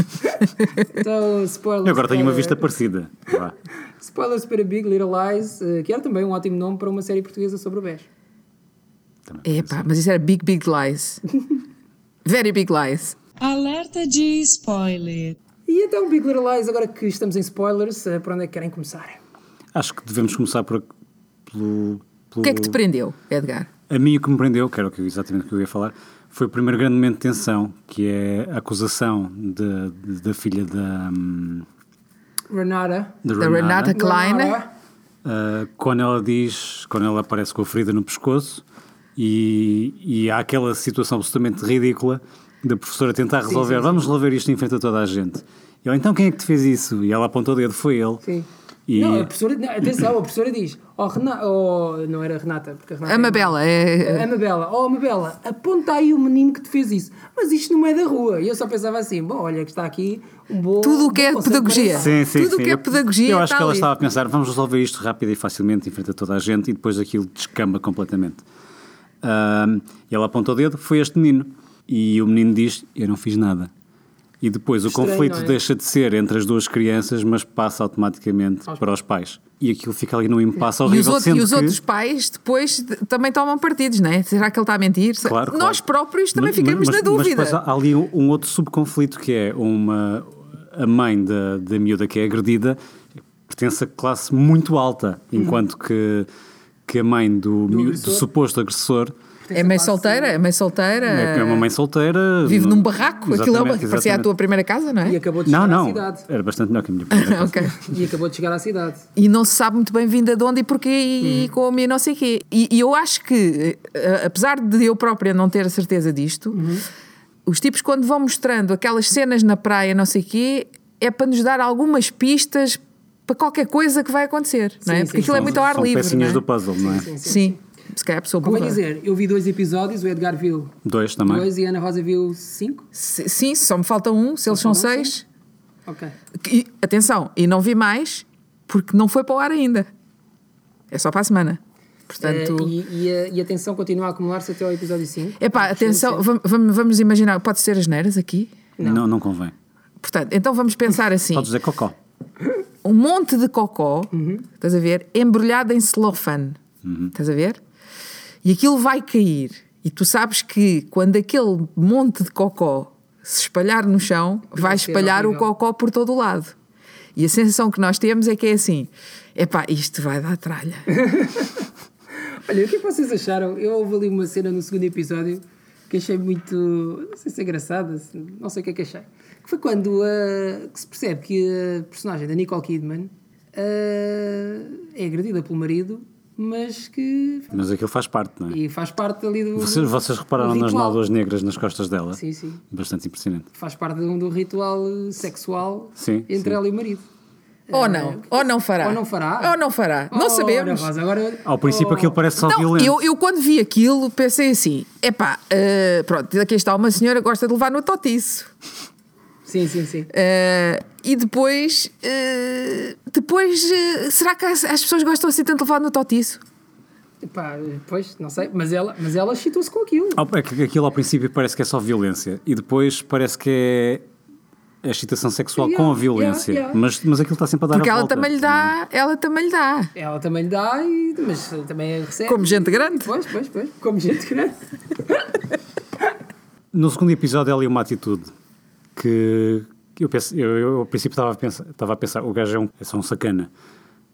Speaker 2: Então, spoilers.
Speaker 3: Eu agora tenho uma
Speaker 2: para-
Speaker 3: vista parecida. Vá.
Speaker 2: Spoilers para Big Little Lies, eh, que era também um ótimo nome para uma série portuguesa sobre o BES.
Speaker 3: Também.
Speaker 4: É pá, mas isso era Big Big Lies. Very Big Lies.
Speaker 5: Alerta de spoiler.
Speaker 2: E então, Big Little Lies, agora que estamos em spoilers, eh, por onde é que querem começar?
Speaker 3: Acho que devemos começar por, pelo, pelo.
Speaker 4: O que é que te prendeu, Edgar?
Speaker 3: A mim o que me prendeu, que era o que, eu- exatamente o que eu ia falar, foi o primeiro grande momento de tensão, que é a acusação de- de- da filha da, hum,
Speaker 2: Renata.
Speaker 3: da
Speaker 4: Da Renata
Speaker 3: Renata,
Speaker 4: Klein.
Speaker 2: Renata.
Speaker 3: ah, quando ela diz, quando ela aparece com a ferida no pescoço, e, e há aquela situação absolutamente ridícula da professora tentar resolver, vamos resolver isto em frente a toda a gente. E ela, então quem é que te fez isso? E ela apontou o dedo, foi ele.
Speaker 2: Sim.
Speaker 3: E-
Speaker 2: Não, a professora, não, atenção, a professora diz, oh, Renata, oh, não era Renata, porque a Renata... é-
Speaker 4: Amabela, é.
Speaker 2: Amabela, oh Amabela, aponta aí o menino que te fez isso. Mas isto não é da rua. E eu só pensava assim, bom, olha que está aqui um bom...
Speaker 4: Tudo o que é
Speaker 2: um bom conceito
Speaker 4: pedagogia.
Speaker 2: para isso.
Speaker 3: Sim, sim,
Speaker 4: Tudo o
Speaker 3: sim.
Speaker 4: que é
Speaker 3: Eu-
Speaker 4: pedagogia
Speaker 3: Eu acho
Speaker 4: está
Speaker 3: que ela
Speaker 4: ali.
Speaker 3: estava a pensar, vamos resolver isto rápido e facilmente em frente a toda a gente e depois aquilo descamba completamente. Ahm, e ela aponta o dedo, foi este menino. E o menino diz, eu não fiz nada. E depois o
Speaker 2: Estranho,
Speaker 3: conflito
Speaker 2: não é?
Speaker 3: deixa de ser entre as duas crianças, mas passa automaticamente para os pais. E aquilo fica ali num impasse
Speaker 4: E os,
Speaker 3: horrível.
Speaker 4: outros,
Speaker 3: sendo
Speaker 4: e os
Speaker 3: que-
Speaker 4: outros pais depois de- também tomam partidos, não é? Será que ele está a mentir?
Speaker 3: Claro, claro.
Speaker 4: Nós próprios também
Speaker 3: Mas-
Speaker 4: ficamos
Speaker 3: mas-
Speaker 4: na dúvida.
Speaker 3: Mas depois há ali um, um outro subconflito que é uma, a mãe da, da miúda que é agredida pertence a classe muito alta,
Speaker 4: Uhum.
Speaker 3: enquanto que, que a mãe do, miú- do
Speaker 2: agressor.
Speaker 3: suposto agressor
Speaker 4: é mãe solteira, é mãe solteira.
Speaker 3: é, é uma mãe solteira.
Speaker 4: Vive
Speaker 3: não-
Speaker 4: num barraco, aquilo é uma,
Speaker 3: Exatamente,
Speaker 4: parecia a tua
Speaker 3: exatamente.
Speaker 4: primeira casa, não
Speaker 2: E
Speaker 4: é?
Speaker 2: acabou de
Speaker 3: Não,
Speaker 2: chegar à
Speaker 3: não,
Speaker 2: cidade.
Speaker 3: era bastante melhor que a minha primeira casa.
Speaker 4: Ok.
Speaker 2: E acabou É de chegar à cidade.
Speaker 4: E não se sabe muito bem vinda de onde e porquê
Speaker 2: Uhum.
Speaker 4: e como e não sei quê. E, e eu acho que, eh, apesar de eu própria não ter a certeza disto,
Speaker 2: Uhum.
Speaker 4: os tipos quando vão mostrando aquelas cenas na praia, não sei quê, é para nos dar algumas pistas para qualquer coisa que vai acontecer, não é?
Speaker 2: Sim,
Speaker 4: Porque
Speaker 2: sim,
Speaker 4: aquilo é
Speaker 3: São-
Speaker 4: muito ao ar
Speaker 3: são
Speaker 4: livre, não
Speaker 3: pecinhas
Speaker 4: é?
Speaker 3: do puzzle, não é?
Speaker 2: Sim, sim.
Speaker 4: Sim, se calhar a pessoa
Speaker 2: Como
Speaker 4: burra.
Speaker 2: é dizer, eu vi dois episódios, o Edgar viu
Speaker 3: Dois também.
Speaker 2: dois e a Ana Rosa viu cinco.
Speaker 4: Se- Sim, só me falta um, se eles são
Speaker 2: falta um,
Speaker 4: seis.
Speaker 2: Ok.
Speaker 4: E, atenção, e não vi mais porque não foi para o ar ainda. É só para a semana. Portanto...
Speaker 2: Eh, e, e a, e a tensão continua a acumular-se até ao episódio 5.
Speaker 4: Epá, atenção, vam- vam- vamos, imaginar, pode ser as neiras aqui?
Speaker 3: Não, não convém.
Speaker 4: Portanto, então vamos pensar assim:
Speaker 3: Podes dizer cocó.
Speaker 4: um monte de cocó,
Speaker 2: Uhum.
Speaker 4: estás a ver, embrulhado em celofane, estás a ver? E aquilo vai cair. E tu sabes que quando aquele monte de cocó se espalhar no chão, vai
Speaker 2: ser
Speaker 4: espalhar o
Speaker 2: horrível.
Speaker 4: cocó por todo o lado. E a sensação que nós temos é que é assim: epá, isto vai dar tralha.
Speaker 2: Olha, o que é que vocês acharam? Eu houve ali uma cena no segundo episódio que achei muito. Não sei se é engraçada, se- não sei o que é que achei. Que foi quando ah, que se percebe que a personagem da Nicole Kidman ah, é agredida pelo marido, mas que.
Speaker 3: Mas aquilo faz parte, não é?
Speaker 2: E faz parte ali do.
Speaker 3: Vocês, vocês repararam
Speaker 2: do
Speaker 3: nas
Speaker 2: ritual.
Speaker 3: nódoas negras nas costas dela?
Speaker 2: Sim, sim.
Speaker 3: Bastante impressionante.
Speaker 2: Faz parte de um- do ritual ah, sexual
Speaker 3: Sim,
Speaker 2: entre
Speaker 3: sim.
Speaker 2: ela e o marido. Ah,
Speaker 4: ou não, ou não fará.
Speaker 2: É. Ou não fará.
Speaker 4: Ou não fará. não
Speaker 2: Ora,
Speaker 4: sabemos.
Speaker 2: Rosa, agora, Oh.
Speaker 3: Ao princípio aquilo parece só
Speaker 4: Oh. Não,
Speaker 3: violento.
Speaker 4: Então, eu, eu quando vi aquilo pensei assim: epá, eh, pronto, aqui está uma senhora que gosta de levar no totiço.
Speaker 2: Sim, sim, sim.
Speaker 4: Eh, e depois, eh, depois eh, será que as, as pessoas gostam assim tanto de levar no totiço?
Speaker 2: Pá, pois, não sei, mas ela, mas ela excitou-se com aquilo.
Speaker 3: Ah, é que Aquilo ao princípio parece que é só violência e depois parece que é a excitação sexual
Speaker 2: Yeah,
Speaker 3: com a violência.
Speaker 2: yeah, yeah.
Speaker 3: Mas, mas aquilo está sempre a dar
Speaker 4: Porque
Speaker 3: a
Speaker 4: ela
Speaker 3: volta. Uhum.
Speaker 4: também lhe dá, ela também lhe dá.
Speaker 2: Ela também lhe dá, e, mas também recebe.
Speaker 4: Como gente grande.
Speaker 2: Pois, pois, pois, como gente é. grande.
Speaker 3: No segundo episódio, ela é uma atitude que que eu, penso, eu, eu ao princípio estava a pensar, estava a pensar o gajo é, um, é só um sacana.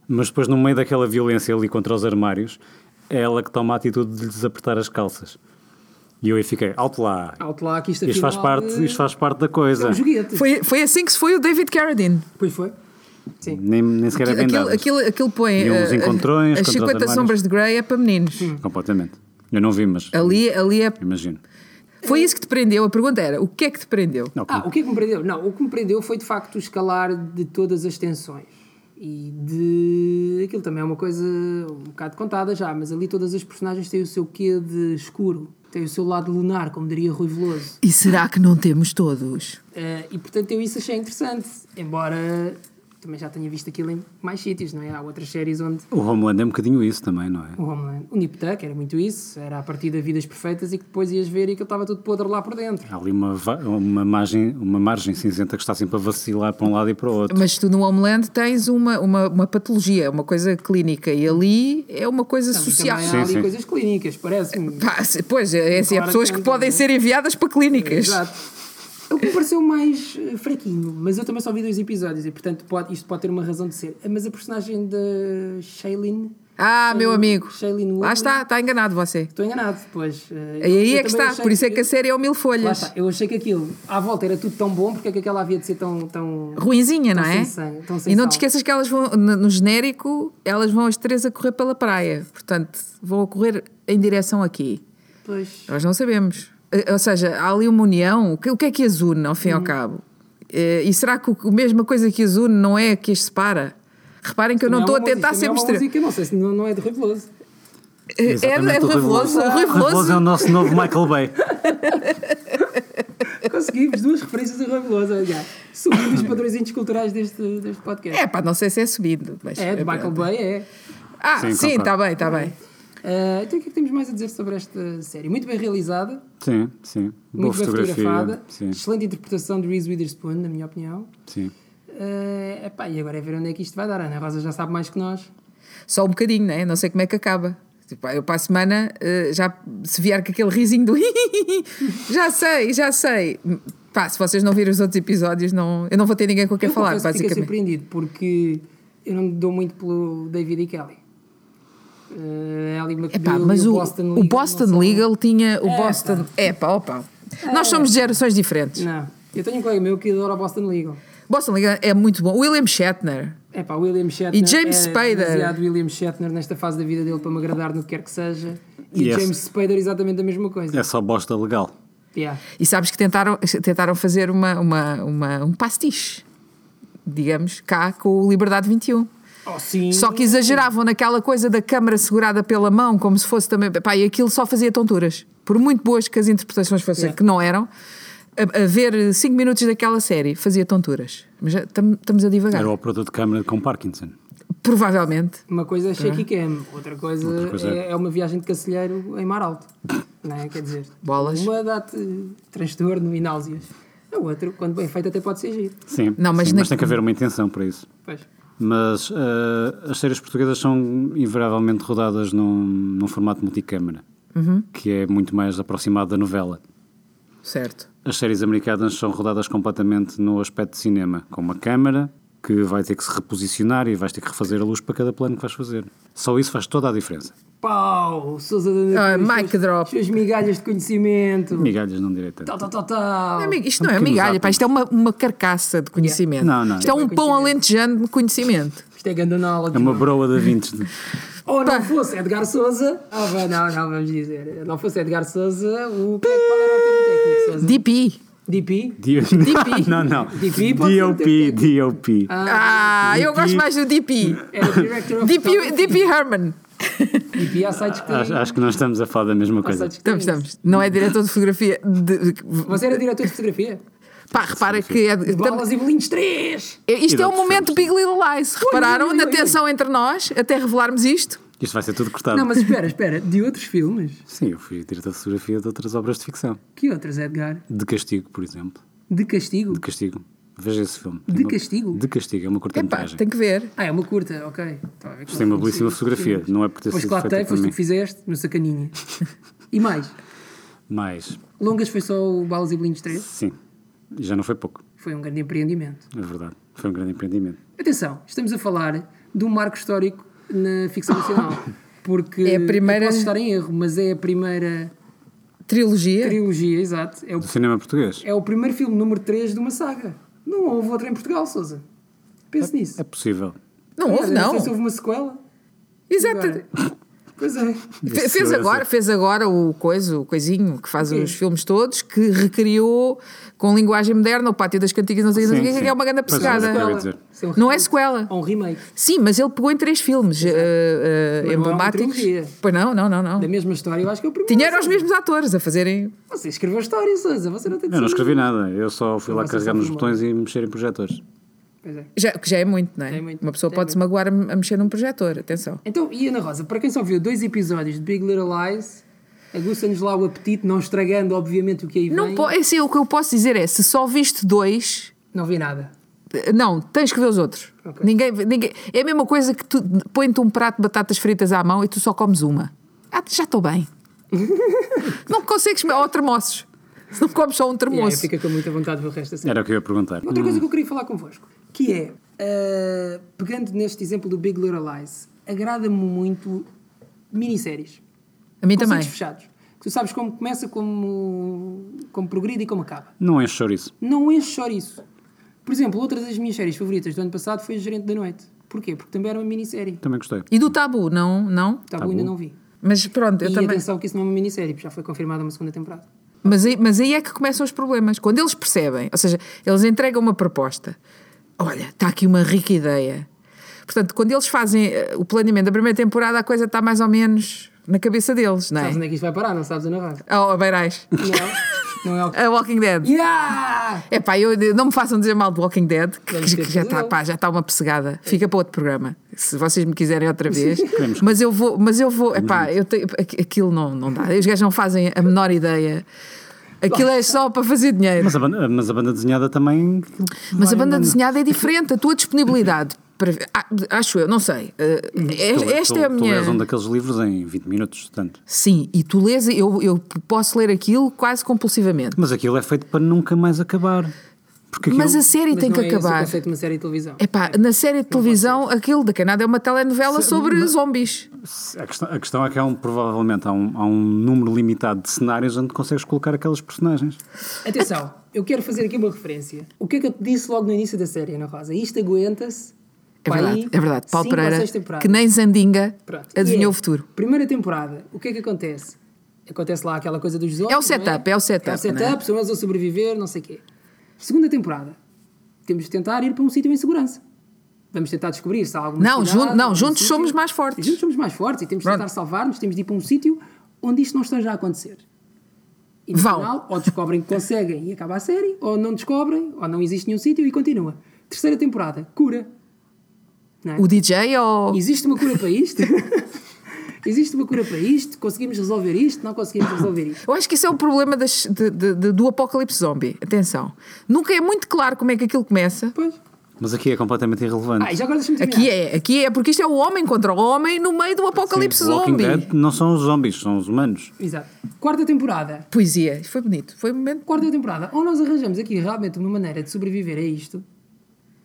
Speaker 3: Mas depois, no meio daquela violência ali contra os armários, é ela que toma a atitude de lhe desapertar as calças. E eu aí fiquei, alto
Speaker 4: Oh,
Speaker 3: lá.
Speaker 2: Alto lá, que isto
Speaker 3: Isto faz,
Speaker 2: afinal,
Speaker 3: parte,
Speaker 2: eh,
Speaker 3: isto faz parte da coisa.
Speaker 2: é um joguete.
Speaker 4: Foi, foi assim que se foi o David Carradine.
Speaker 2: Pois foi. Sim.
Speaker 3: Nem, nem sequer é bem
Speaker 4: Aquilo,
Speaker 3: dadas.
Speaker 4: aquilo, aquilo põe
Speaker 3: E uns
Speaker 4: eh,
Speaker 3: encontrões
Speaker 4: as
Speaker 3: contra os
Speaker 4: 50
Speaker 3: armários.
Speaker 4: sombras de Grey é para meninos.
Speaker 3: Completamente. Eu não vi, mas
Speaker 4: Ali, ali é.
Speaker 3: imagino.
Speaker 4: Foi isso que te prendeu. A pergunta era: o que é que te prendeu?
Speaker 3: Não,
Speaker 2: Ah, o que é que me prendeu? Não, o que me prendeu foi de facto o escalar de todas as tensões. E de. aquilo também é uma coisa um bocado contada já, mas ali todas as personagens têm o seu quê de escuro, têm o seu lado lunar, como diria Rui Veloso.
Speaker 4: E será que não temos todos?
Speaker 2: Eh, e portanto eu isso achei interessante, embora também já tenha visto aquilo em mais sítios, não é? Há outras séries onde
Speaker 3: o Homeland é um bocadinho isso também, não é?
Speaker 2: o Homeland, o Nip Tuck era muito isso, era a partir de Vidas Perfeitas e que depois ias ver e que ele estava tudo podre lá por dentro.
Speaker 3: Há ali uma, va- uma, margem, uma margem cinzenta que está sempre a vacilar para um lado e para o outro.
Speaker 4: Mas tu no Homeland tens uma, uma, uma patologia, uma coisa clínica, e ali é uma coisa
Speaker 2: Mas
Speaker 4: social.
Speaker 2: Também há
Speaker 3: Sim,
Speaker 2: ali
Speaker 3: sim.
Speaker 2: coisas clínicas, parece-me.
Speaker 4: Pá, se- pois, é assim, há
Speaker 2: Claro
Speaker 4: pessoas
Speaker 2: que
Speaker 4: que
Speaker 2: tem,
Speaker 4: podem
Speaker 2: não é?
Speaker 4: ser enviadas para clínicas.
Speaker 2: Exato. É O que me pareceu mais eh, fraquinho, mas eu também só vi dois episódios e portanto pode- isto pode ter uma razão de ser. Eh, Mas a personagem da Shailene,
Speaker 4: Ah, meu amigo.
Speaker 2: um Shailene Woodley.
Speaker 4: Lá está, está enganado você.
Speaker 2: estou enganado, pois. eh,
Speaker 4: E aí
Speaker 2: eu
Speaker 4: é que
Speaker 2: também
Speaker 4: está,
Speaker 2: achei
Speaker 4: por isso é que a série é o Mil
Speaker 2: Lá
Speaker 4: Folhas.
Speaker 2: está, eu achei que aquilo à volta era tudo tão bom, porque é que aquela havia de ser tão. tão...
Speaker 4: Ruinzinha, não
Speaker 2: Tão
Speaker 4: é?
Speaker 2: sem sangue, tão sem
Speaker 4: E não te
Speaker 2: sal.
Speaker 4: esqueças que elas vão, no no genérico, elas vão as três a correr pela praia. Portanto, vão a correr em direção aqui.
Speaker 2: Pois.
Speaker 4: Nós não sabemos. Eh, Ou seja, há ali uma união. O que, o que é que as une, ao fim e
Speaker 2: Uhum.
Speaker 4: ao cabo? Eh, E será que o- a mesma coisa que as une não é a que as separa? Reparem que eu não
Speaker 2: Também
Speaker 4: estou
Speaker 2: é
Speaker 4: a
Speaker 2: uma
Speaker 4: tentar
Speaker 2: música,
Speaker 4: ser
Speaker 2: também é uma
Speaker 4: mostre-
Speaker 2: música, Não sei se não, não é de Rui Veloso.
Speaker 4: Eh, É, é
Speaker 3: Exatamente,
Speaker 4: do
Speaker 3: o
Speaker 4: Rui Veloso. O Rui
Speaker 3: O Rui Veloso é o
Speaker 4: Veloso.
Speaker 3: nosso novo Michael Bay.
Speaker 2: Conseguimos duas referências a Rui Veloso. olha. Subimos os padrões culturais deste, deste podcast.
Speaker 4: É pá, não sei se é subido. Mas
Speaker 2: É, de Michael Bay, é.
Speaker 4: Ah,
Speaker 3: Sim,
Speaker 4: sim,
Speaker 3: concordo.
Speaker 4: está bem, está bem.
Speaker 2: Ah, então o que é que temos mais a dizer sobre esta série? Muito bem realizada,
Speaker 3: Sim, sim. Boa
Speaker 2: muito bem
Speaker 3: fotografia.
Speaker 2: fotografada,
Speaker 3: Sim,
Speaker 2: excelente interpretação de Reese Witherspoon, na minha opinião.
Speaker 3: sim.
Speaker 2: Ah, epá, e agora é ver onde é que isto vai dar. A Ana Rosa já sabe mais que nós.
Speaker 4: Só um bocadinho, né? não sei como é que acaba. Tipo, eu para a semana eh, já se vier com aquele risinho do já sei, já sei. Pá, se vocês não virem os outros episódios, não, eu não vou ter ninguém com quem
Speaker 2: eu
Speaker 4: falar,
Speaker 2: confesso que Fiquei
Speaker 4: basicamente.
Speaker 2: surpreendido porque eu não dou muito pelo David e Kelly. Eh, é ali uma
Speaker 4: Epá,
Speaker 2: e
Speaker 4: mas o, o Boston,
Speaker 2: Legal não são-
Speaker 4: Legal tinha o
Speaker 2: É,
Speaker 4: Boston. É pá, opa. Nós somos de gerações diferentes.
Speaker 2: Não, eu tenho um colega meu que adora o Boston Legal.
Speaker 4: Boston Legal é muito bom. William Shatner.
Speaker 2: É pá, William Shatner.
Speaker 4: E James
Speaker 2: é
Speaker 4: Spader.
Speaker 2: demasiado William Shatner nesta fase da vida dele para me agradar no que quer que seja. E
Speaker 3: Yes.
Speaker 2: James Spader, exatamente a mesma coisa.
Speaker 3: É só bosta legal.
Speaker 2: Yeah.
Speaker 4: E sabes que tentaram, tentaram fazer uma, uma, uma- um pastiche, digamos, cá com o Liberdade 21.
Speaker 2: Oh, sim.
Speaker 4: Só que exageravam naquela coisa da câmara segurada pela mão, como se fosse também. Pá, e aquilo só fazia tonturas. Por muito boas que as interpretações fossem,
Speaker 2: Yeah.
Speaker 4: que não eram, a, a ver 5 minutos daquela série fazia tonturas. Mas já tam- estamos a divagar.
Speaker 3: Era o operador de câmara com Parkinson.
Speaker 4: Provavelmente.
Speaker 2: Uma coisa é shaky cam, outra coisa,
Speaker 3: Outra coisa
Speaker 2: é, é uma viagem de cacilheiro em mar alto. Não é? Quer dizer,
Speaker 4: Bolas.
Speaker 2: uma dá-te transtorno e náuseas. A outra, quando bem feita, até pode ser giro.
Speaker 3: Sim,
Speaker 4: Não, mas
Speaker 3: sim,
Speaker 4: na-
Speaker 3: mas tem que haver uma intenção para isso.
Speaker 2: Pois.
Speaker 3: Mas eh, as séries portuguesas são invariavelmente rodadas num, num formato multicâmara,
Speaker 2: Uhum.
Speaker 3: que é muito mais aproximado da novela.
Speaker 4: Certo.
Speaker 3: As séries americanas são rodadas completamente no aspecto de cinema, com uma câmara que vai ter que se reposicionar e vais ter que refazer a luz para cada plano que vais fazer. Só isso faz toda a diferença.
Speaker 2: Pau! Sousa da
Speaker 4: Ah,
Speaker 2: Cruz,
Speaker 4: mic
Speaker 2: suas-
Speaker 4: drop.
Speaker 2: Suas migalhas de conhecimento.
Speaker 3: Migalhas não direita.
Speaker 2: Tal, tal, tal, tal.
Speaker 4: É mi- isto não
Speaker 3: um
Speaker 4: é
Speaker 3: pequeno
Speaker 4: migalha,
Speaker 3: zapping.
Speaker 4: pá, isto é uma, uma carcaça de conhecimento.
Speaker 3: Não, não.
Speaker 4: Isto é um pão alentejano de conhecimento.
Speaker 2: Isto é grande análogo.
Speaker 3: É uma broa da 20. de-
Speaker 2: Ou não fosse Edgar Souza. Ah, vai, não, não, vamos dizer. Não fosse Edgar Souza, o. Qual era o termo técnico, Sousa?
Speaker 4: DP.
Speaker 2: DP?
Speaker 3: Dio-
Speaker 4: DP.
Speaker 3: Não, não.
Speaker 2: DP pode ser um
Speaker 3: DOP, DOP.
Speaker 4: Ah, eu gosto mais do DP.
Speaker 2: Era Director of
Speaker 4: DP,
Speaker 2: Photography.
Speaker 4: DP Herman.
Speaker 2: DP, há sites que têm.
Speaker 3: Acho, acho que nós estamos a falar da mesma
Speaker 2: há
Speaker 3: coisa. Tá,
Speaker 2: sites que têm
Speaker 4: Estamos, estamos. Não é diretor de fotografia. de-
Speaker 2: Você era diretor de fotografia?
Speaker 4: Pá, repara que é-
Speaker 2: Balas e bolinhos 3!
Speaker 4: isto é
Speaker 3: E
Speaker 4: um
Speaker 3: de
Speaker 4: momento
Speaker 3: outros
Speaker 4: Big Little Lies. Repararam
Speaker 2: ui, ui,
Speaker 4: da
Speaker 2: ui.
Speaker 4: tensão entre nós até revelarmos isto?
Speaker 3: Isto vai ser tudo cortado.
Speaker 2: Não, mas espera, espera. De outros filmes?
Speaker 3: Sim, eu fui diretor de fotografia de outras obras de ficção.
Speaker 2: Que outras, Edgar?
Speaker 3: De Castigo, por exemplo.
Speaker 2: De castigo?
Speaker 3: De Castigo. Veja esse filme.
Speaker 2: De
Speaker 3: É uma-
Speaker 2: Castigo?
Speaker 3: De Castigo, é uma
Speaker 4: Epá,
Speaker 3: curta-metragem.
Speaker 4: tem que ver.
Speaker 2: Ah, é uma curta, ok. Tá, é que
Speaker 3: Isto
Speaker 2: não
Speaker 3: tem uma
Speaker 2: consigo.
Speaker 3: belíssima fotografia, não é por ter
Speaker 2: Pois
Speaker 3: sido
Speaker 2: claro,
Speaker 3: feita
Speaker 2: tem,
Speaker 3: por
Speaker 2: foste tu
Speaker 3: mim.
Speaker 2: que fizeste, no sacaninha. E mais?
Speaker 3: Mas,
Speaker 2: Longas foi só o Balas e Bolinhos 3?
Speaker 3: sim, já não foi pouco,
Speaker 2: Foi um grande empreendimento.
Speaker 3: é verdade. Foi um grande empreendimento.
Speaker 2: Atenção, estamos a falar de um marco histórico na ficção nacional. Porque
Speaker 4: É a primeira-
Speaker 2: eu posso estar em erro, mas é a primeira
Speaker 4: Trilogia.
Speaker 2: trilogia, exato. É o,
Speaker 3: Do cinema português?
Speaker 2: é o primeiro filme número 3 de uma saga. Não houve outra em Portugal, Souza. Pense nisso.
Speaker 3: É possível.
Speaker 4: Não houve,
Speaker 2: Aliás, eu
Speaker 4: não.
Speaker 2: sei se houve uma sequela.
Speaker 4: Exato.
Speaker 2: Agora. Pois é.
Speaker 4: Fe-
Speaker 3: Isso
Speaker 4: Fez
Speaker 3: é-
Speaker 4: agora, fez agora o coiso, o coisinho que faz os filmes todos, que recriou com linguagem moderna o Pátio das Cantigas, não sei o
Speaker 3: Sim,
Speaker 4: que,
Speaker 3: sim.
Speaker 4: que é uma grande
Speaker 3: Pois é, era o que eu ia
Speaker 4: pescada.
Speaker 3: dizer.
Speaker 2: Isso um
Speaker 4: Não é
Speaker 2: remake.
Speaker 4: sequela.
Speaker 2: Ou um remake.
Speaker 4: Sim, mas ele pegou em três filmes eh, eh,
Speaker 2: Mas não é uma
Speaker 4: emblemáticos.
Speaker 2: trilogia.
Speaker 4: Pois não, não,
Speaker 2: Da
Speaker 4: não, não.
Speaker 2: mesma história, eu acho que é o primeiro.
Speaker 4: Tinha era os mesmos atores a fazerem.
Speaker 2: Você escreveu história, Souza. Você não tem de
Speaker 3: Eu não
Speaker 2: ser-
Speaker 3: escrevi nada, eu só fui lá
Speaker 2: Vocês
Speaker 3: carregar
Speaker 2: são
Speaker 3: nos
Speaker 4: é um
Speaker 2: bons.
Speaker 3: botões e mexer em projetores.
Speaker 2: Pois é.
Speaker 4: Já, que já é muito, não é?
Speaker 2: É muito,
Speaker 4: Uma pessoa
Speaker 2: é
Speaker 4: pode se magoar a, a mexer num projetor, atenção.
Speaker 2: Então, e Ana Rosa, para quem só viu dois episódios de Big Little Lies, aguça-nos lá o apetite, não estragando, obviamente, o que aí vem.
Speaker 4: Não po- assim, o que eu posso dizer é: se só viste dois,
Speaker 2: Não vi nada.
Speaker 4: Não, tens que ver os outros.
Speaker 2: Ok.
Speaker 4: Ninguém, ninguém, é a mesma coisa que tu põe-te um prato de batatas fritas à mão e tu só comes uma. Ah, já estou bem. não consegues. Ou termossos. Se não comes só um
Speaker 2: E aí
Speaker 4: termoço.
Speaker 2: fica com muita vontade de ver o resto da série.
Speaker 3: Era o que eu ia perguntar.
Speaker 2: Outra
Speaker 3: Hum,
Speaker 2: coisa que eu queria falar convosco, que é, ah, pegando neste exemplo do Big Little Lies, agrada-me muito minisséries.
Speaker 4: A mim
Speaker 2: Conceitos
Speaker 4: também.
Speaker 2: fechados. Tu sabes como começa, como, como progride e como acaba.
Speaker 3: Não enche chouriço.
Speaker 2: Não enche isso. Por exemplo, outra das minhas séries favoritas do ano passado foi Gerente da Noite. Porquê? Porque também era uma minissérie.
Speaker 3: Também gostei.
Speaker 4: E do tabu, não? não?
Speaker 2: Tabu, ainda não vi.
Speaker 4: Mas pronto, Tá eu
Speaker 2: e
Speaker 4: também.
Speaker 2: atenção que isso não é uma minissérie, porque já foi confirmada uma segunda temporada.
Speaker 4: Mas aí, mas aí é que começam os problemas. Quando eles percebem, ou seja, eles entregam uma proposta. Olha, está aqui uma rica ideia. Portanto, quando eles fazem eh, o planeamento da primeira temporada, a coisa está mais ou menos na cabeça deles, não é?
Speaker 2: Sabes onde é que isto vai parar, não sabes a narrar.
Speaker 4: Oh, Beirais.
Speaker 2: Não, não é o que...
Speaker 4: A Walking Dead.
Speaker 2: Yeah!
Speaker 4: É pá, eu, eu- não me façam dizer mal de Walking Dead, que,
Speaker 2: Vamos ter
Speaker 4: que
Speaker 2: que
Speaker 4: já
Speaker 2: fazer
Speaker 4: está
Speaker 2: ele.
Speaker 4: pá, já está uma possegada. Fica para outro programa, se vocês me quiserem outra vez. mas eu vou, mas eu vou, é pá, eu tenho- aqu- aquilo não, não dá. Os gajos não fazem a menor ideia. Aquilo é só para fazer dinheiro.
Speaker 3: Mas a banda, mas a banda desenhada também.
Speaker 4: Mas
Speaker 3: vai
Speaker 4: a banda
Speaker 3: andando.
Speaker 4: desenhada é diferente, a tua disponibilidade. Para, ver- ah, acho eu, não sei. Eh,
Speaker 3: Tu-
Speaker 4: esta é a
Speaker 3: tu- Tu lês um
Speaker 4: minha.
Speaker 3: daqueles livros em 20 minutos, portanto.
Speaker 4: Sim, e tu lês, eu, eu posso ler aquilo quase compulsivamente.
Speaker 3: Mas aquilo é feito para nunca mais acabar. Porque aquilo...
Speaker 4: Mas a série
Speaker 2: Mas
Speaker 4: tem
Speaker 2: não
Speaker 4: que
Speaker 2: é esse o
Speaker 4: acabar.
Speaker 2: conceito de uma série de televisão.
Speaker 4: Epá, na série de televisão, aquilo da Canadá é uma telenovela sobre zombies.
Speaker 3: A questão, a questão é que há um, provavelmente há um, há um número limitado de cenários onde consegues colocar aquelas personagens.
Speaker 2: Atenção, eu quero fazer aqui uma referência. O que é que eu te disse logo no início da série, Ana Rosa? Isto aguenta-se.
Speaker 4: É
Speaker 2: pá,
Speaker 4: verdade,
Speaker 2: aí
Speaker 4: é verdade. Paulo
Speaker 2: cinco ou
Speaker 4: Pereira,
Speaker 2: seis temporadas.
Speaker 4: que nem Zandinga,
Speaker 2: Pronto. E é,
Speaker 4: adivinhou o futuro.
Speaker 2: Primeira temporada, o que é que acontece? Acontece lá aquela coisa dos zombies.
Speaker 4: É o setup,
Speaker 2: não
Speaker 4: é o setup,
Speaker 2: É o
Speaker 4: não é?
Speaker 2: setup, são eles a sobreviver, não sei o quê. Segunda temporada, temos de tentar ir para um sítio em segurança. Vamos tentar descobrir se há alguma
Speaker 4: Não,
Speaker 2: cidade,
Speaker 4: junto- não,
Speaker 2: algum
Speaker 4: juntos
Speaker 2: sítio.
Speaker 4: somos mais fortes.
Speaker 2: Juntos somos mais fortes e temos de
Speaker 4: Pronto.
Speaker 2: tentar salvar-nos, temos de ir para um sítio onde isto não esteja a acontecer. E no
Speaker 4: Vão.
Speaker 2: final, ou descobrem que conseguem e acaba a série, ou não descobrem, ou não existe nenhum sítio e continua. Terceira temporada, cura. Não é?
Speaker 4: O DJ ou.
Speaker 2: Existe uma cura para isto? Existe uma cura para isto? Conseguimos resolver isto? Não conseguimos resolver isto.
Speaker 4: Eu acho que isso é o problema das- de- de- de- do apocalipse zombie. Atenção. Nunca é muito claro como é que aquilo começa.
Speaker 2: Pois.
Speaker 3: Mas aqui é completamente irrelevante.
Speaker 2: Ah, e já agora deixa-me terminar.
Speaker 4: Aqui é, aqui é, porque isto é o homem contra o homem no meio do apocalipse
Speaker 3: Sim, Walking
Speaker 4: zombie.
Speaker 3: Dead não são os zombies, são os humanos.
Speaker 4: é.
Speaker 2: Exato. Quarta temporada.
Speaker 4: Poesia, foi bonito. Foi um momento.
Speaker 2: Quarta temporada. Ou nós arranjamos aqui realmente uma maneira de sobreviver a isto,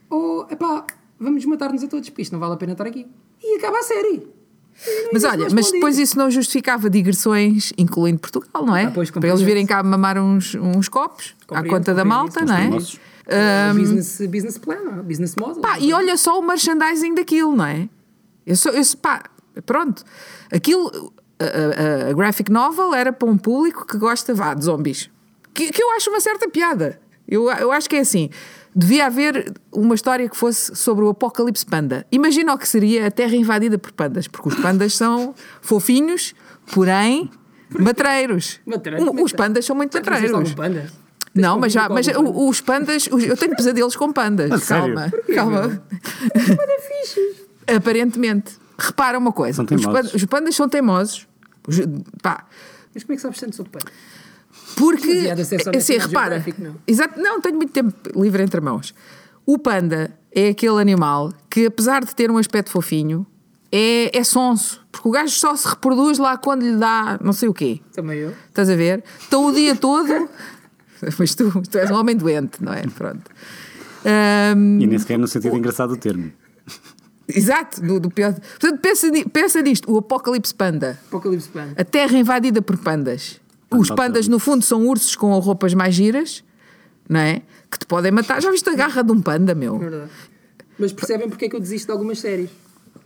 Speaker 2: ou, epá, vamos matar-nos a todos, porque isto não vale a pena estar aqui. E acaba a série.
Speaker 4: Mas
Speaker 2: existe
Speaker 4: olha,
Speaker 2: mais
Speaker 4: mas
Speaker 2: para onde
Speaker 4: depois
Speaker 2: ir.
Speaker 4: isso não justificava digressões, incluindo Portugal, não é?
Speaker 2: Ah, pois,
Speaker 4: Para eles
Speaker 2: compreendo.
Speaker 4: virem cá mamar uns, uns copos
Speaker 2: Compreendo,
Speaker 4: à conta da
Speaker 2: compreendo
Speaker 4: malta,
Speaker 2: isso,
Speaker 4: não é?
Speaker 3: Nossos.
Speaker 2: É o business, business plan, não é? business model.
Speaker 4: Pá, Ah, e olha só o merchandising daquilo, não é? Eu sou, eu sou- pá, pronto. Aquilo, a, a- a graphic novel era para um público que gosta, vá, de zombies. Que, que eu acho uma certa piada. Eu, eu acho que é assim. Devia haver uma história que fosse sobre o apocalipse panda. Imagina o que seria a terra invadida por pandas, porque os pandas são fofinhos, porém matreiros.
Speaker 2: Matreiro,
Speaker 4: Um- os
Speaker 2: matreiro.
Speaker 4: pandas são muito
Speaker 2: Já conheceste
Speaker 4: matreiros.
Speaker 2: algum panda?
Speaker 4: Não, mas
Speaker 2: Tens
Speaker 4: já,
Speaker 2: convivido
Speaker 4: mas
Speaker 2: com algum
Speaker 4: o- os pandas, os- eu tenho pesadelos com pandas.
Speaker 3: sério?
Speaker 2: é
Speaker 4: calma, calma. Aparentemente. Repara uma coisa:
Speaker 3: São teimosos.
Speaker 4: os pan- os pandas são teimosos. Os- pá,
Speaker 2: Mas como é que sabes tanto sobre pano?
Speaker 4: porque,
Speaker 2: Demasiado acesso ao
Speaker 4: assim,
Speaker 2: National
Speaker 4: repara,
Speaker 2: Geographic, não?
Speaker 4: Exato, não, tenho muito tempo livre entre mãos. O panda é aquele animal que, apesar de ter um aspecto fofinho, é, é sonso, porque o gajo só se reproduz lá quando lhe dá não sei o quê.
Speaker 2: Também eu.
Speaker 4: Estás a ver? Estão o dia todo. Mas tu, tu és um homem doente, não é? Pronto. Ahm,
Speaker 3: E nem sequer no sentido engraçado do termo.
Speaker 4: exato, do, do pior. Portanto, pensa, ni- pensa nisto: o apocalipse panda.
Speaker 2: Apocalipse Panda.
Speaker 4: A terra invadida por pandas. Os pandas, no fundo, são ursos com roupas mais giras, não é? Que te podem matar. Já viste a garra de um panda, meu?
Speaker 2: Verdade. Mas percebem porque é que eu desisto de algumas séries,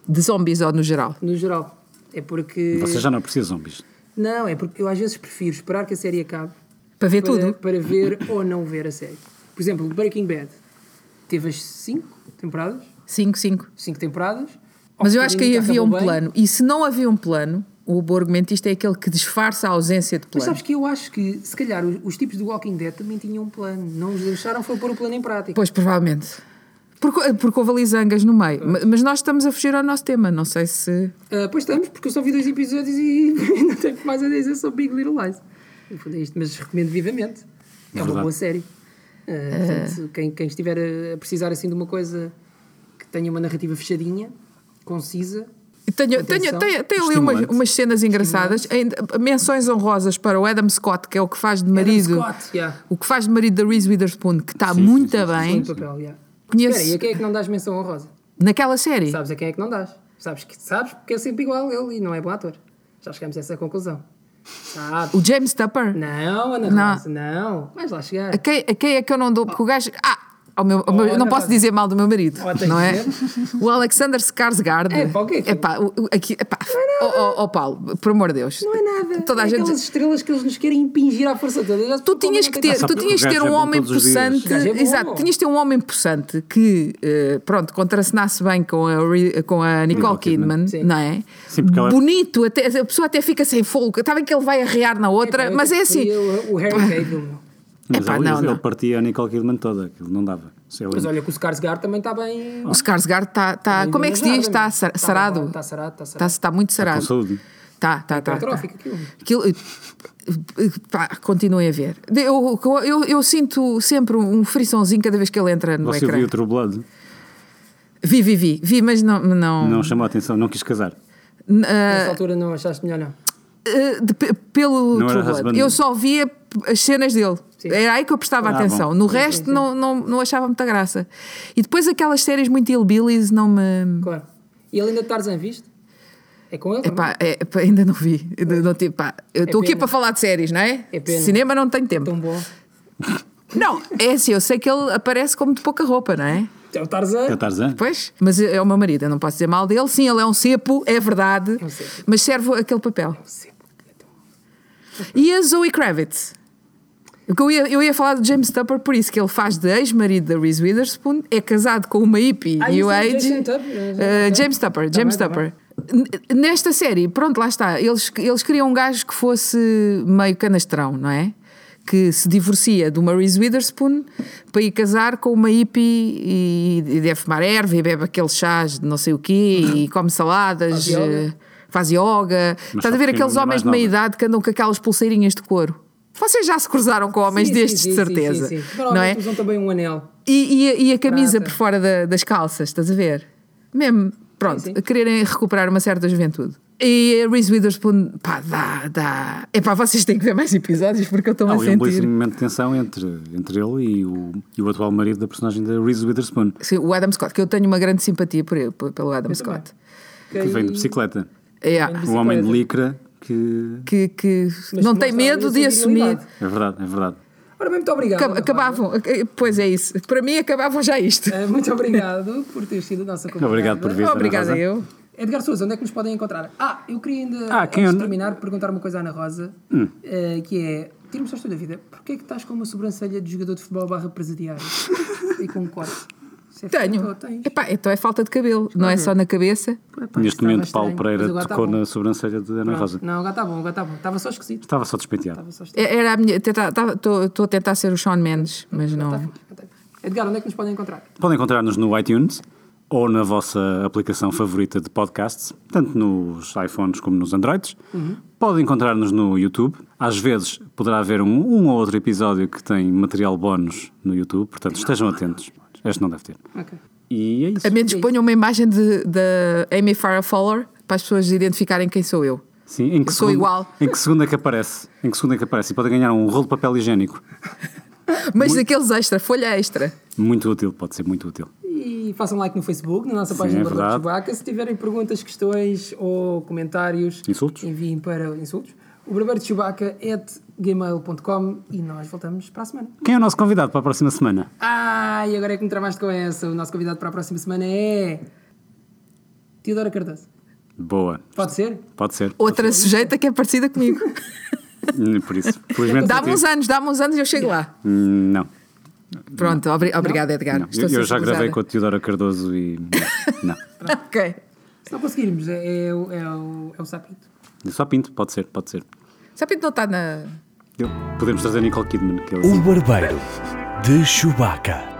Speaker 4: De zombies ou no geral.
Speaker 2: no geral. É
Speaker 4: Eh,
Speaker 2: porque.
Speaker 3: Vocês já não precisam zombies.
Speaker 2: Não, é porque eu às vezes prefiro esperar que a série acabe
Speaker 4: Para ver
Speaker 2: para,
Speaker 4: É tudo.
Speaker 2: para ver ou não ver a série. Por exemplo, Breaking Bad teve as 5 temporadas,
Speaker 4: Cinco, cinco.
Speaker 2: 5 temporadas.
Speaker 4: Mas eu
Speaker 2: Ao
Speaker 4: acho que aí
Speaker 2: bocadinho
Speaker 4: havia um
Speaker 2: acabou bem.
Speaker 4: plano. E se não havia um plano, o borgumentista é aquele que disfarça a ausência de
Speaker 2: Mas
Speaker 4: plano.
Speaker 2: sabes que eu acho que, se calhar, os, os tipos do Walking Dead também tinham um plano. Não os deixaram foi pôr o plano em prática.
Speaker 4: Pois, provavelmente. Porque, eh, porque houve ali zangas no meio. Ma- Mas nós estamos a fugir ao nosso tema. Não sei se.
Speaker 2: Ah, pois estamos, porque eu só vi dois episódios e ainda tenho mais a dizer sobre Big Little Lies. No fundo é isto, mas recomendo vivamente. É uma
Speaker 3: Verdade.
Speaker 2: boa série. Ah, portanto, quem, quem estiver a- a precisar assim de uma coisa que tenha uma narrativa fechadinha, concisa,
Speaker 4: E Tenho, tenho,
Speaker 2: Atenção.
Speaker 4: tenho- tenho ali umas,
Speaker 3: Estimulante.
Speaker 4: umas cenas engraçadas, ainda, menções honrosas para o Adam Scott, que é o que faz de marido.
Speaker 2: Scott, yeah.
Speaker 4: O que faz de marido da Reese Witherspoon, que está muito bem.
Speaker 2: no um papel. Yeah.
Speaker 4: Conheço-
Speaker 2: Espera, e a quem é que não dás menção honrosa?
Speaker 4: Naquela série.
Speaker 2: Sabes a quem é que não dás? Sabes, que, sabes porque é sempre igual ele e não é bom ator. Já chegamos a essa conclusão. Sabe?
Speaker 4: O James Tupper.
Speaker 2: Não, Ana
Speaker 4: Não.
Speaker 2: Rosa, não. Vais lá chegar.
Speaker 4: A quem, a quem é que eu não dou? Porque o gajo. Ah! Ao meu, ao meu-
Speaker 2: Oh,
Speaker 4: não
Speaker 2: não
Speaker 4: posso
Speaker 2: pode-
Speaker 4: dizer mal do meu marido,
Speaker 2: Oh, tens
Speaker 4: não é?
Speaker 2: de
Speaker 4: O Alexander Skarsgård.
Speaker 2: É, pá, o que é que-
Speaker 4: Epá, o- o- aqui, epá. Oh, oh, oh, Paulo, por amor de Deus.
Speaker 2: é Não é nada.
Speaker 4: Toda a
Speaker 2: é
Speaker 4: gente.
Speaker 2: aquelas estrelas que eles nos querem impingir à força toda. Já é se
Speaker 4: Tu
Speaker 2: pode
Speaker 4: tinhas
Speaker 2: não
Speaker 4: que
Speaker 2: tentar.
Speaker 4: ter,
Speaker 3: Sabe
Speaker 4: tu
Speaker 3: que o
Speaker 4: tinhas que
Speaker 3: gajo
Speaker 4: ter
Speaker 3: é
Speaker 4: um
Speaker 3: bom
Speaker 4: homem
Speaker 3: todos os dias.
Speaker 4: possante,
Speaker 2: O gajo é bom.
Speaker 4: exato, tinhas de ter um homem possante que, eh, pronto, contracenasse bem com a, Re- com a Nicole Kidman,
Speaker 3: Kidman.
Speaker 2: Sim.
Speaker 4: não é?
Speaker 3: Sim, porque ela-
Speaker 4: Bonito, até, a pessoa até fica sem fogo, está bem que ele vai arrear na outra,
Speaker 2: Eu
Speaker 4: mas é assim.
Speaker 2: preferia tipo O, o Harry Cavill. meu.
Speaker 3: Mas
Speaker 4: Epá,
Speaker 3: ele,
Speaker 4: não,
Speaker 3: ele
Speaker 4: não.
Speaker 3: partia a Nicole Kidman toda, aquilo não dava. é Se ele-
Speaker 2: Mas olha que o Skarsgård também está bem. né?
Speaker 4: O Skarsgård está, está como é que se diz? Está sar-
Speaker 3: Tá
Speaker 4: sarado.
Speaker 2: Está tá sarado, está
Speaker 4: Está,
Speaker 2: sarado.
Speaker 4: está muito sarado.
Speaker 3: com saúde.
Speaker 4: Está, está, está.
Speaker 2: Hipertrófico, aquilo.
Speaker 4: Aquilo, eh, eh, pá, continuem a ver. Eu, eu, eu sinto sempre um frissonzinho cada vez que ele entra no
Speaker 3: Você
Speaker 4: ecrã.
Speaker 3: viu o True Blood?
Speaker 4: Vi, vi, vi, vi, mas não. não,
Speaker 3: Não chamou a atenção, não quis casar.
Speaker 4: N- ah,
Speaker 2: Nessa altura não achaste melhor, não.
Speaker 4: Uh, de- pe- pelo
Speaker 3: Não era
Speaker 4: True Blood.
Speaker 3: husband.
Speaker 4: Eu só via p- as cenas dele.
Speaker 2: Sim.
Speaker 4: Era aí que eu prestava
Speaker 3: Ah,
Speaker 4: atenção.
Speaker 3: bom.
Speaker 4: No resto, Não, não, não achava muita graça. E depois aquelas séries muito hillbillies não me.
Speaker 2: Claro. E ele ainda Tarzan, viste? É com ele?
Speaker 4: Epá, é, pá, ainda não vi. Ainda Não, tive- pá, eu estou aqui
Speaker 2: É pena.
Speaker 4: para falar de séries, não é?
Speaker 2: É pena. Então-
Speaker 4: Cinema não tenho
Speaker 2: não é?
Speaker 4: tempo.
Speaker 2: Tão bom.
Speaker 4: Não, é assim, eu sei que ele aparece como de pouca roupa, não é?
Speaker 2: É o
Speaker 3: É o
Speaker 2: Tarzan.
Speaker 3: Tarzan?
Speaker 4: Pois, mas é o meu marido, eu não posso dizer mal dele. Sim, ele é um cepo, é verdade,
Speaker 2: um cepo.
Speaker 4: mas serve aquele papel.
Speaker 2: Sim.
Speaker 4: E a Zoe Kravitz? O que Eu ia, eu ia falar do James Tupper por isso, que ele faz de ex-marido da Reese Witherspoon, é casado com uma hippie
Speaker 2: Ah, isso
Speaker 4: New
Speaker 2: é
Speaker 4: Age.
Speaker 2: Jason Tupper, é Jason
Speaker 4: Eh,
Speaker 2: Tupper.
Speaker 4: James Tupper, James
Speaker 2: bem, tá
Speaker 4: Tupper. N- Nesta série, pronto, lá está. Eles, eles queriam um gajo que fosse meio canastrão, não é? Que se divorcia de uma Reese Witherspoon para ir casar com uma hippie e, e deve fumar erva e bebe aqueles chás de não sei o quê e come saladas,
Speaker 2: Faz yoga.
Speaker 4: eh, faz yoga. Estás a
Speaker 3: só
Speaker 4: ver
Speaker 3: porque
Speaker 4: aqueles
Speaker 3: não é mais
Speaker 4: homens de meia
Speaker 3: nova.
Speaker 4: idade que andam com aquelas pulseirinhas de couro. Vocês já se cruzaram com homens
Speaker 2: Sim, sim,
Speaker 4: destes,
Speaker 2: sim,
Speaker 4: de certeza.
Speaker 2: Sim, sim, sim.
Speaker 4: Não é?
Speaker 2: Normalmente usam também um anel.
Speaker 4: E, e a- e a camisa
Speaker 2: Prata.
Speaker 4: por fora da- das calças, estás a ver? Mesmo, pronto,
Speaker 2: Sim, sim.
Speaker 4: a quererem recuperar uma certa juventude. E a Reese Witherspoon, pá, dá, dá. Epá, vocês têm que ver mais episódios porque eu estou-me
Speaker 3: Há
Speaker 4: a
Speaker 3: ali um
Speaker 4: sentir.
Speaker 3: belíssimo momento de tensão entre, entre ele e o, e o atual marido da personagem da Reese Witherspoon,
Speaker 4: Sim, o Adam Scott, que eu tenho uma grande simpatia por ele, p- pelo Adam Scott.
Speaker 2: Que
Speaker 3: que vem de
Speaker 2: aí-
Speaker 3: bicicleta.
Speaker 4: Yeah.
Speaker 2: Bem
Speaker 3: Um homem de licra que.
Speaker 4: Que, que
Speaker 2: Mas
Speaker 4: não
Speaker 2: que mostra
Speaker 4: tem
Speaker 2: ali
Speaker 4: medo
Speaker 2: a
Speaker 4: de
Speaker 2: sua
Speaker 4: assumir.
Speaker 2: dignidade.
Speaker 3: É verdade, é verdade.
Speaker 2: Ora bem, muito obrigado.
Speaker 4: Acab-
Speaker 2: Ana
Speaker 4: Acabavam, ac- pois é isso. Para mim, acabavam já isto.
Speaker 2: Bárbara. Ah, Muito obrigado por ter sido a nossa convidada.
Speaker 3: Obrigado por vir. Ana
Speaker 4: Obrigada,
Speaker 3: Rosa.
Speaker 4: eu.
Speaker 2: Edgar Souza, onde é que nos podem encontrar? Ah, eu queria ainda,
Speaker 3: Ah, quem Hum.
Speaker 2: antes de
Speaker 3: anda-
Speaker 2: terminar, perguntar uma coisa à Ana Rosa, eh, que é, tira-me só esta dúvida, porquê é que estás com uma sobrancelha de jogador de futebol barra presidiário? e com um corte? Se é feito ou
Speaker 4: Tenho.
Speaker 2: tens?
Speaker 4: Epá, então é falta de cabelo, não é
Speaker 3: Uhum.
Speaker 4: só na cabeça.
Speaker 2: Epá,
Speaker 3: Neste
Speaker 2: estava
Speaker 3: momento,
Speaker 2: estranho,
Speaker 3: Paulo
Speaker 2: mas
Speaker 3: Pereira
Speaker 2: agora está
Speaker 3: tocou
Speaker 2: bom.
Speaker 3: na sobrancelha de Ana Rosa.
Speaker 2: Não, agora está bom, agora está bom. Estava só esquisito.
Speaker 3: Estava só despenteado.
Speaker 2: Estava só esquisito.
Speaker 4: É- Era a minha. Estou a tentar ser o Sean Mendes, mas não.
Speaker 2: tá Está bem, está bem. Edgar, onde é que é nos podem encontrar?
Speaker 3: Podem encontrar-nos no iTunes, ou na vossa aplicação favorita de podcasts, tanto nos iPhones como nos Androids.
Speaker 2: Uhum.
Speaker 3: Podem encontrar-nos no YouTube. Às vezes poderá haver um, um ou outro episódio que tem material bónus no YouTube, portanto estejam atentos. Este não deve ter.
Speaker 2: Ok.
Speaker 3: E é isso.
Speaker 4: A menos que ponham uma imagem de- da Amy Farrah Fowler para as pessoas identificarem quem sou eu.
Speaker 3: Sim, em que
Speaker 4: Sou
Speaker 3: segunda-
Speaker 4: igual.
Speaker 3: Em que segunda é que aparece? Em que segunda é que aparece? E podem ganhar um rolo de papel higiênico.
Speaker 4: Mas daqueles extra, folha extra.
Speaker 3: Muito útil, pode ser muito útil.
Speaker 2: E façam like no Facebook, na nossa
Speaker 3: Sim,
Speaker 2: página
Speaker 3: é
Speaker 2: do Guarda
Speaker 3: verdade.
Speaker 2: Chubaca. Se tiverem perguntas, questões ou comentários,
Speaker 3: Insultos?
Speaker 2: enviem para insultos. O barbeiro de Chewbacca gmail.com e nós voltamos para a semana.
Speaker 3: Quem é o nosso convidado para a próxima semana?
Speaker 2: Ah, e agora é que me tramaste com essa. O nosso convidado para a próxima semana é. Teodora Cardoso.
Speaker 3: Boa.
Speaker 2: Pode ser?
Speaker 3: Pode ser. Hum,
Speaker 4: Outra sujeita que é parecida comigo.
Speaker 3: Por isso. Felizmente.
Speaker 4: Dá-me um
Speaker 3: eu
Speaker 4: uns
Speaker 3: tive-
Speaker 4: anos, dá-me uns anos e eu chego lá.
Speaker 3: Não.
Speaker 4: Pronto, obri- obrigada, Edgar.
Speaker 3: não.
Speaker 4: Estou
Speaker 3: Eu, eu já gravei
Speaker 4: sensibilizada.
Speaker 3: com a Teodora Cardoso e. Não.
Speaker 4: Ok.
Speaker 2: Se não conseguirmos, é, é, o- é o, é o sapito.
Speaker 3: Eu só pinto, pode ser, pode ser.
Speaker 4: Sabe que não está na.
Speaker 3: Eu- Podemos trazer Nicole Kidman, que é
Speaker 1: O barbeiro de Chewbacca.